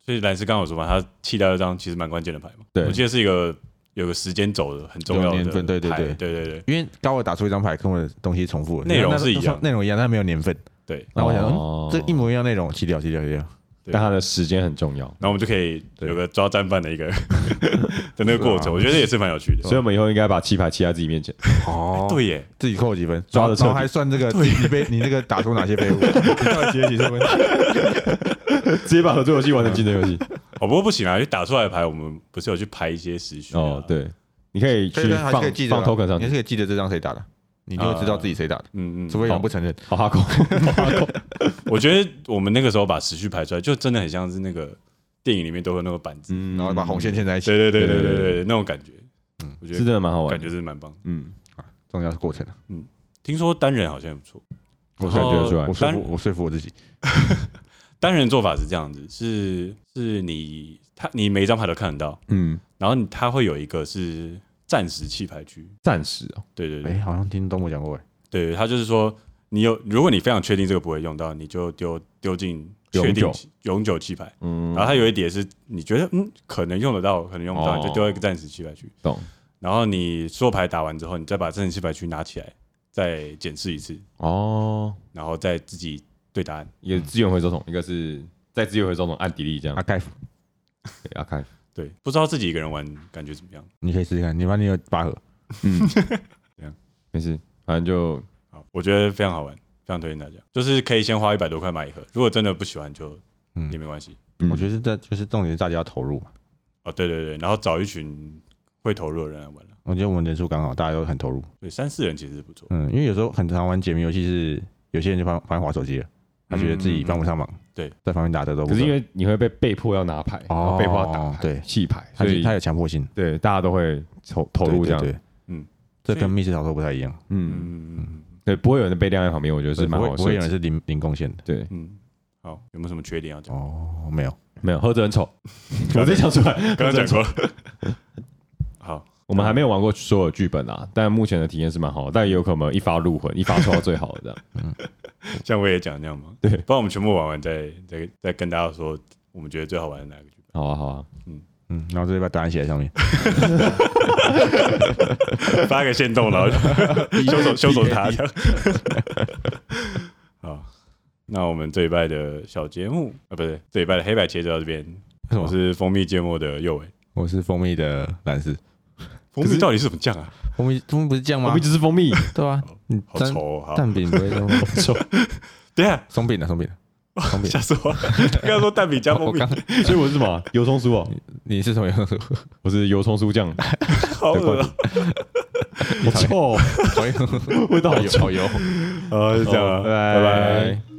[SPEAKER 3] 所以蓝斯刚好说嘛，他弃掉一张其实蛮关键的牌嘛，
[SPEAKER 2] 对
[SPEAKER 3] 我记得是一个有个时间轴的很重要
[SPEAKER 1] 有
[SPEAKER 3] 的
[SPEAKER 1] 年份对对
[SPEAKER 3] 牌
[SPEAKER 1] 对
[SPEAKER 3] 对对对
[SPEAKER 1] 因为高尔打出一张牌跟我的东西重复了，
[SPEAKER 3] 内容
[SPEAKER 1] 那
[SPEAKER 3] 是一样
[SPEAKER 1] 那内容一样，但没有年份。
[SPEAKER 3] 对，
[SPEAKER 1] 然后我想，
[SPEAKER 2] 哦
[SPEAKER 1] 嗯这一模一样内容，弃掉，弃掉，弃掉。
[SPEAKER 2] 但他的时间很重要，
[SPEAKER 3] 然后我们就可以有个抓战犯的一个的那个过
[SPEAKER 1] 是啊
[SPEAKER 3] 程，我觉得也是蛮有趣的。
[SPEAKER 2] 所以我们以后应该把弃牌弃在自己面前。 *laughs*
[SPEAKER 1] 哦，
[SPEAKER 3] 对耶，
[SPEAKER 1] 自己扣几分，
[SPEAKER 2] 抓得
[SPEAKER 1] 然后
[SPEAKER 2] 彻底
[SPEAKER 1] 然后还算这个，你被你那个打出哪些废物，你到底几几分？
[SPEAKER 2] 直接把合作游戏玩成竞争游戏。
[SPEAKER 3] 哦，不过不行啊，就打出来的牌，我们不是有去排一些时序啊
[SPEAKER 2] 哦，，对，你可以
[SPEAKER 1] 所
[SPEAKER 2] 去
[SPEAKER 1] 以还是
[SPEAKER 2] 放
[SPEAKER 1] 可以记得
[SPEAKER 2] 放
[SPEAKER 1] 啦
[SPEAKER 2] token 上
[SPEAKER 1] 你
[SPEAKER 2] 去
[SPEAKER 1] 还。
[SPEAKER 2] 啊
[SPEAKER 1] 是可以记得这张谁打的，你就会知道自己谁打的，
[SPEAKER 3] 嗯嗯，
[SPEAKER 1] 除非有人不承认。
[SPEAKER 2] 好哈扣，好哈扣，
[SPEAKER 3] 我觉得我们那个时候把时序排出来，就真的很像是那个电影里面都会那个板子，
[SPEAKER 2] 嗯
[SPEAKER 1] 然后把红线牵在一起，
[SPEAKER 3] 对对对对
[SPEAKER 2] 对
[SPEAKER 3] 对
[SPEAKER 2] 对
[SPEAKER 3] 对，那种感觉，嗯，我觉
[SPEAKER 2] 是
[SPEAKER 3] 得
[SPEAKER 2] 真的蛮好玩
[SPEAKER 3] 感
[SPEAKER 2] 的，
[SPEAKER 3] 觉是蛮棒的。
[SPEAKER 2] 嗯，
[SPEAKER 1] 重要是过程啊。
[SPEAKER 3] 听说单人好像也不错，
[SPEAKER 2] 我感觉得出来
[SPEAKER 1] 我，说
[SPEAKER 3] 当
[SPEAKER 1] 服我说服我自己，
[SPEAKER 3] 单人做法是这样子，是是你他你每一张牌都看得到，
[SPEAKER 2] 嗯，
[SPEAKER 3] 然后你他会有一个是暂时弃牌区，
[SPEAKER 2] 暂时哦，
[SPEAKER 3] 对对对
[SPEAKER 1] 哎，好像听东木讲过，哎，
[SPEAKER 3] 对，他就是说你有如果你非常确定这个不会用到，你就丢丢进
[SPEAKER 2] 永
[SPEAKER 3] 确定
[SPEAKER 2] 久
[SPEAKER 3] 弃永久弃牌。
[SPEAKER 2] 嗯
[SPEAKER 3] 然，
[SPEAKER 1] 啊
[SPEAKER 3] 后它有一叠是你觉得嗯可能用得到，可能用不
[SPEAKER 2] 哦
[SPEAKER 3] 到，你就丢一个暂时弃牌区。
[SPEAKER 2] 懂。
[SPEAKER 3] 然后你所有牌打完之后，你再把暂时弃牌区拿起来，再检视一次，
[SPEAKER 2] 哦，
[SPEAKER 3] 然后再自己对答案。
[SPEAKER 2] 一个资源回收桶，一个是在资源回收桶按比例这样
[SPEAKER 1] 阿，啊盖夫，
[SPEAKER 2] 对阿开，
[SPEAKER 3] 对，不知道自己一个人玩感觉怎么样？
[SPEAKER 1] 你可以试试看，你发现有八盒，
[SPEAKER 2] 没事，反正就
[SPEAKER 3] 好，我觉得非常好玩，非常推荐大家，就是可以先花一百多块买一盒，如果真的不喜欢就
[SPEAKER 1] 嗯
[SPEAKER 3] 也没关系。
[SPEAKER 2] 嗯
[SPEAKER 1] 我觉得这就是重点，是大家要投入嘛。
[SPEAKER 3] 哦，对对对，然后找一群会投入的人来玩了。
[SPEAKER 1] 我觉得我们人数刚好，大家都很投入。
[SPEAKER 3] 对，三四人其实不错。
[SPEAKER 1] 嗯，因为有时候很常玩解谜游戏是有些人就翻翻滑手机了，他觉得自己帮不上忙，
[SPEAKER 3] 对，
[SPEAKER 1] 在旁边打的都
[SPEAKER 2] 嗯可
[SPEAKER 1] 不
[SPEAKER 2] 是因
[SPEAKER 1] 准。
[SPEAKER 2] 为你会被被迫要拿牌，然后被迫要打
[SPEAKER 1] 哦
[SPEAKER 2] 牌，
[SPEAKER 1] 对
[SPEAKER 2] 弃牌，
[SPEAKER 1] 他
[SPEAKER 2] 所
[SPEAKER 1] 是
[SPEAKER 2] 以
[SPEAKER 1] 他有强迫性，
[SPEAKER 2] 对大家都会投投入这
[SPEAKER 1] 对对
[SPEAKER 2] 样，
[SPEAKER 1] 对
[SPEAKER 3] 嗯，
[SPEAKER 1] 这
[SPEAKER 3] 所以
[SPEAKER 1] 跟密室逃脱不太一样，
[SPEAKER 2] 嗯，
[SPEAKER 3] 嗯
[SPEAKER 2] 对，不会有人被晾在旁边，我觉得是
[SPEAKER 1] 不
[SPEAKER 2] 蛮
[SPEAKER 1] 会
[SPEAKER 2] 好的
[SPEAKER 1] 不会有
[SPEAKER 2] 设
[SPEAKER 1] 人
[SPEAKER 2] 计，
[SPEAKER 1] 是零零贡献的。
[SPEAKER 2] 对，
[SPEAKER 3] 嗯，好，有没有什么缺点要讲？
[SPEAKER 1] 哦，没有，
[SPEAKER 2] 没有，盒子很丑， *laughs* 我直接讲出来，
[SPEAKER 3] 刚刚讲过了。 *laughs* 好，
[SPEAKER 2] 我们还没
[SPEAKER 3] 嗯
[SPEAKER 2] 有玩过所有剧本啊，但目前的体验是蛮好的，但也有可能一发入魂，一发抽到最好的这样。
[SPEAKER 3] 像我也讲那样嘛，
[SPEAKER 2] 对
[SPEAKER 3] *laughs* 不然我们全部玩完再再再跟大家说，我们觉得最好玩的哪个剧
[SPEAKER 2] 好啊，好啊，
[SPEAKER 1] 嗯，然后直接把答案写在 *laughs* 上面。
[SPEAKER 3] 发个线动，然后 *laughs* 就凶手凶手是他这样。 *laughs* 好，那我们这一拜的小节目啊，不是这一拜的黑白切就到这边。
[SPEAKER 1] 什么
[SPEAKER 3] 我是蜂蜜芥末的右尾，
[SPEAKER 1] 我是蜂蜜的蓝氏，
[SPEAKER 3] 蜂蜜到底是怎么酱啊？
[SPEAKER 1] 蜂蜜蜂蜜不是酱吗
[SPEAKER 2] 我们？就是蜂蜜，
[SPEAKER 1] 对啊，你
[SPEAKER 3] 好
[SPEAKER 1] 蛋
[SPEAKER 3] 稠哦！好，
[SPEAKER 1] 蛋饼不会 *laughs* 那么
[SPEAKER 3] 等一下
[SPEAKER 1] 松饼的松饼的松饼
[SPEAKER 3] 吓。死我！了。 *laughs* 刚哦刚说蛋饼 *laughs* 加
[SPEAKER 1] 我
[SPEAKER 3] 蜂蜜
[SPEAKER 1] 刚，
[SPEAKER 2] 所以我是什么油葱酥哦，
[SPEAKER 1] 你是什么样子？
[SPEAKER 2] 我是油葱酥
[SPEAKER 3] *laughs*
[SPEAKER 2] 酱，
[SPEAKER 3] 好 *laughs* 恶啊！
[SPEAKER 2] 好臭哦，
[SPEAKER 1] 好油，
[SPEAKER 2] *laughs* 味道好
[SPEAKER 1] 好油，
[SPEAKER 2] 臭。
[SPEAKER 1] 好油。
[SPEAKER 3] 好，就这样啊，
[SPEAKER 2] 拜
[SPEAKER 3] 拜拜
[SPEAKER 2] 拜。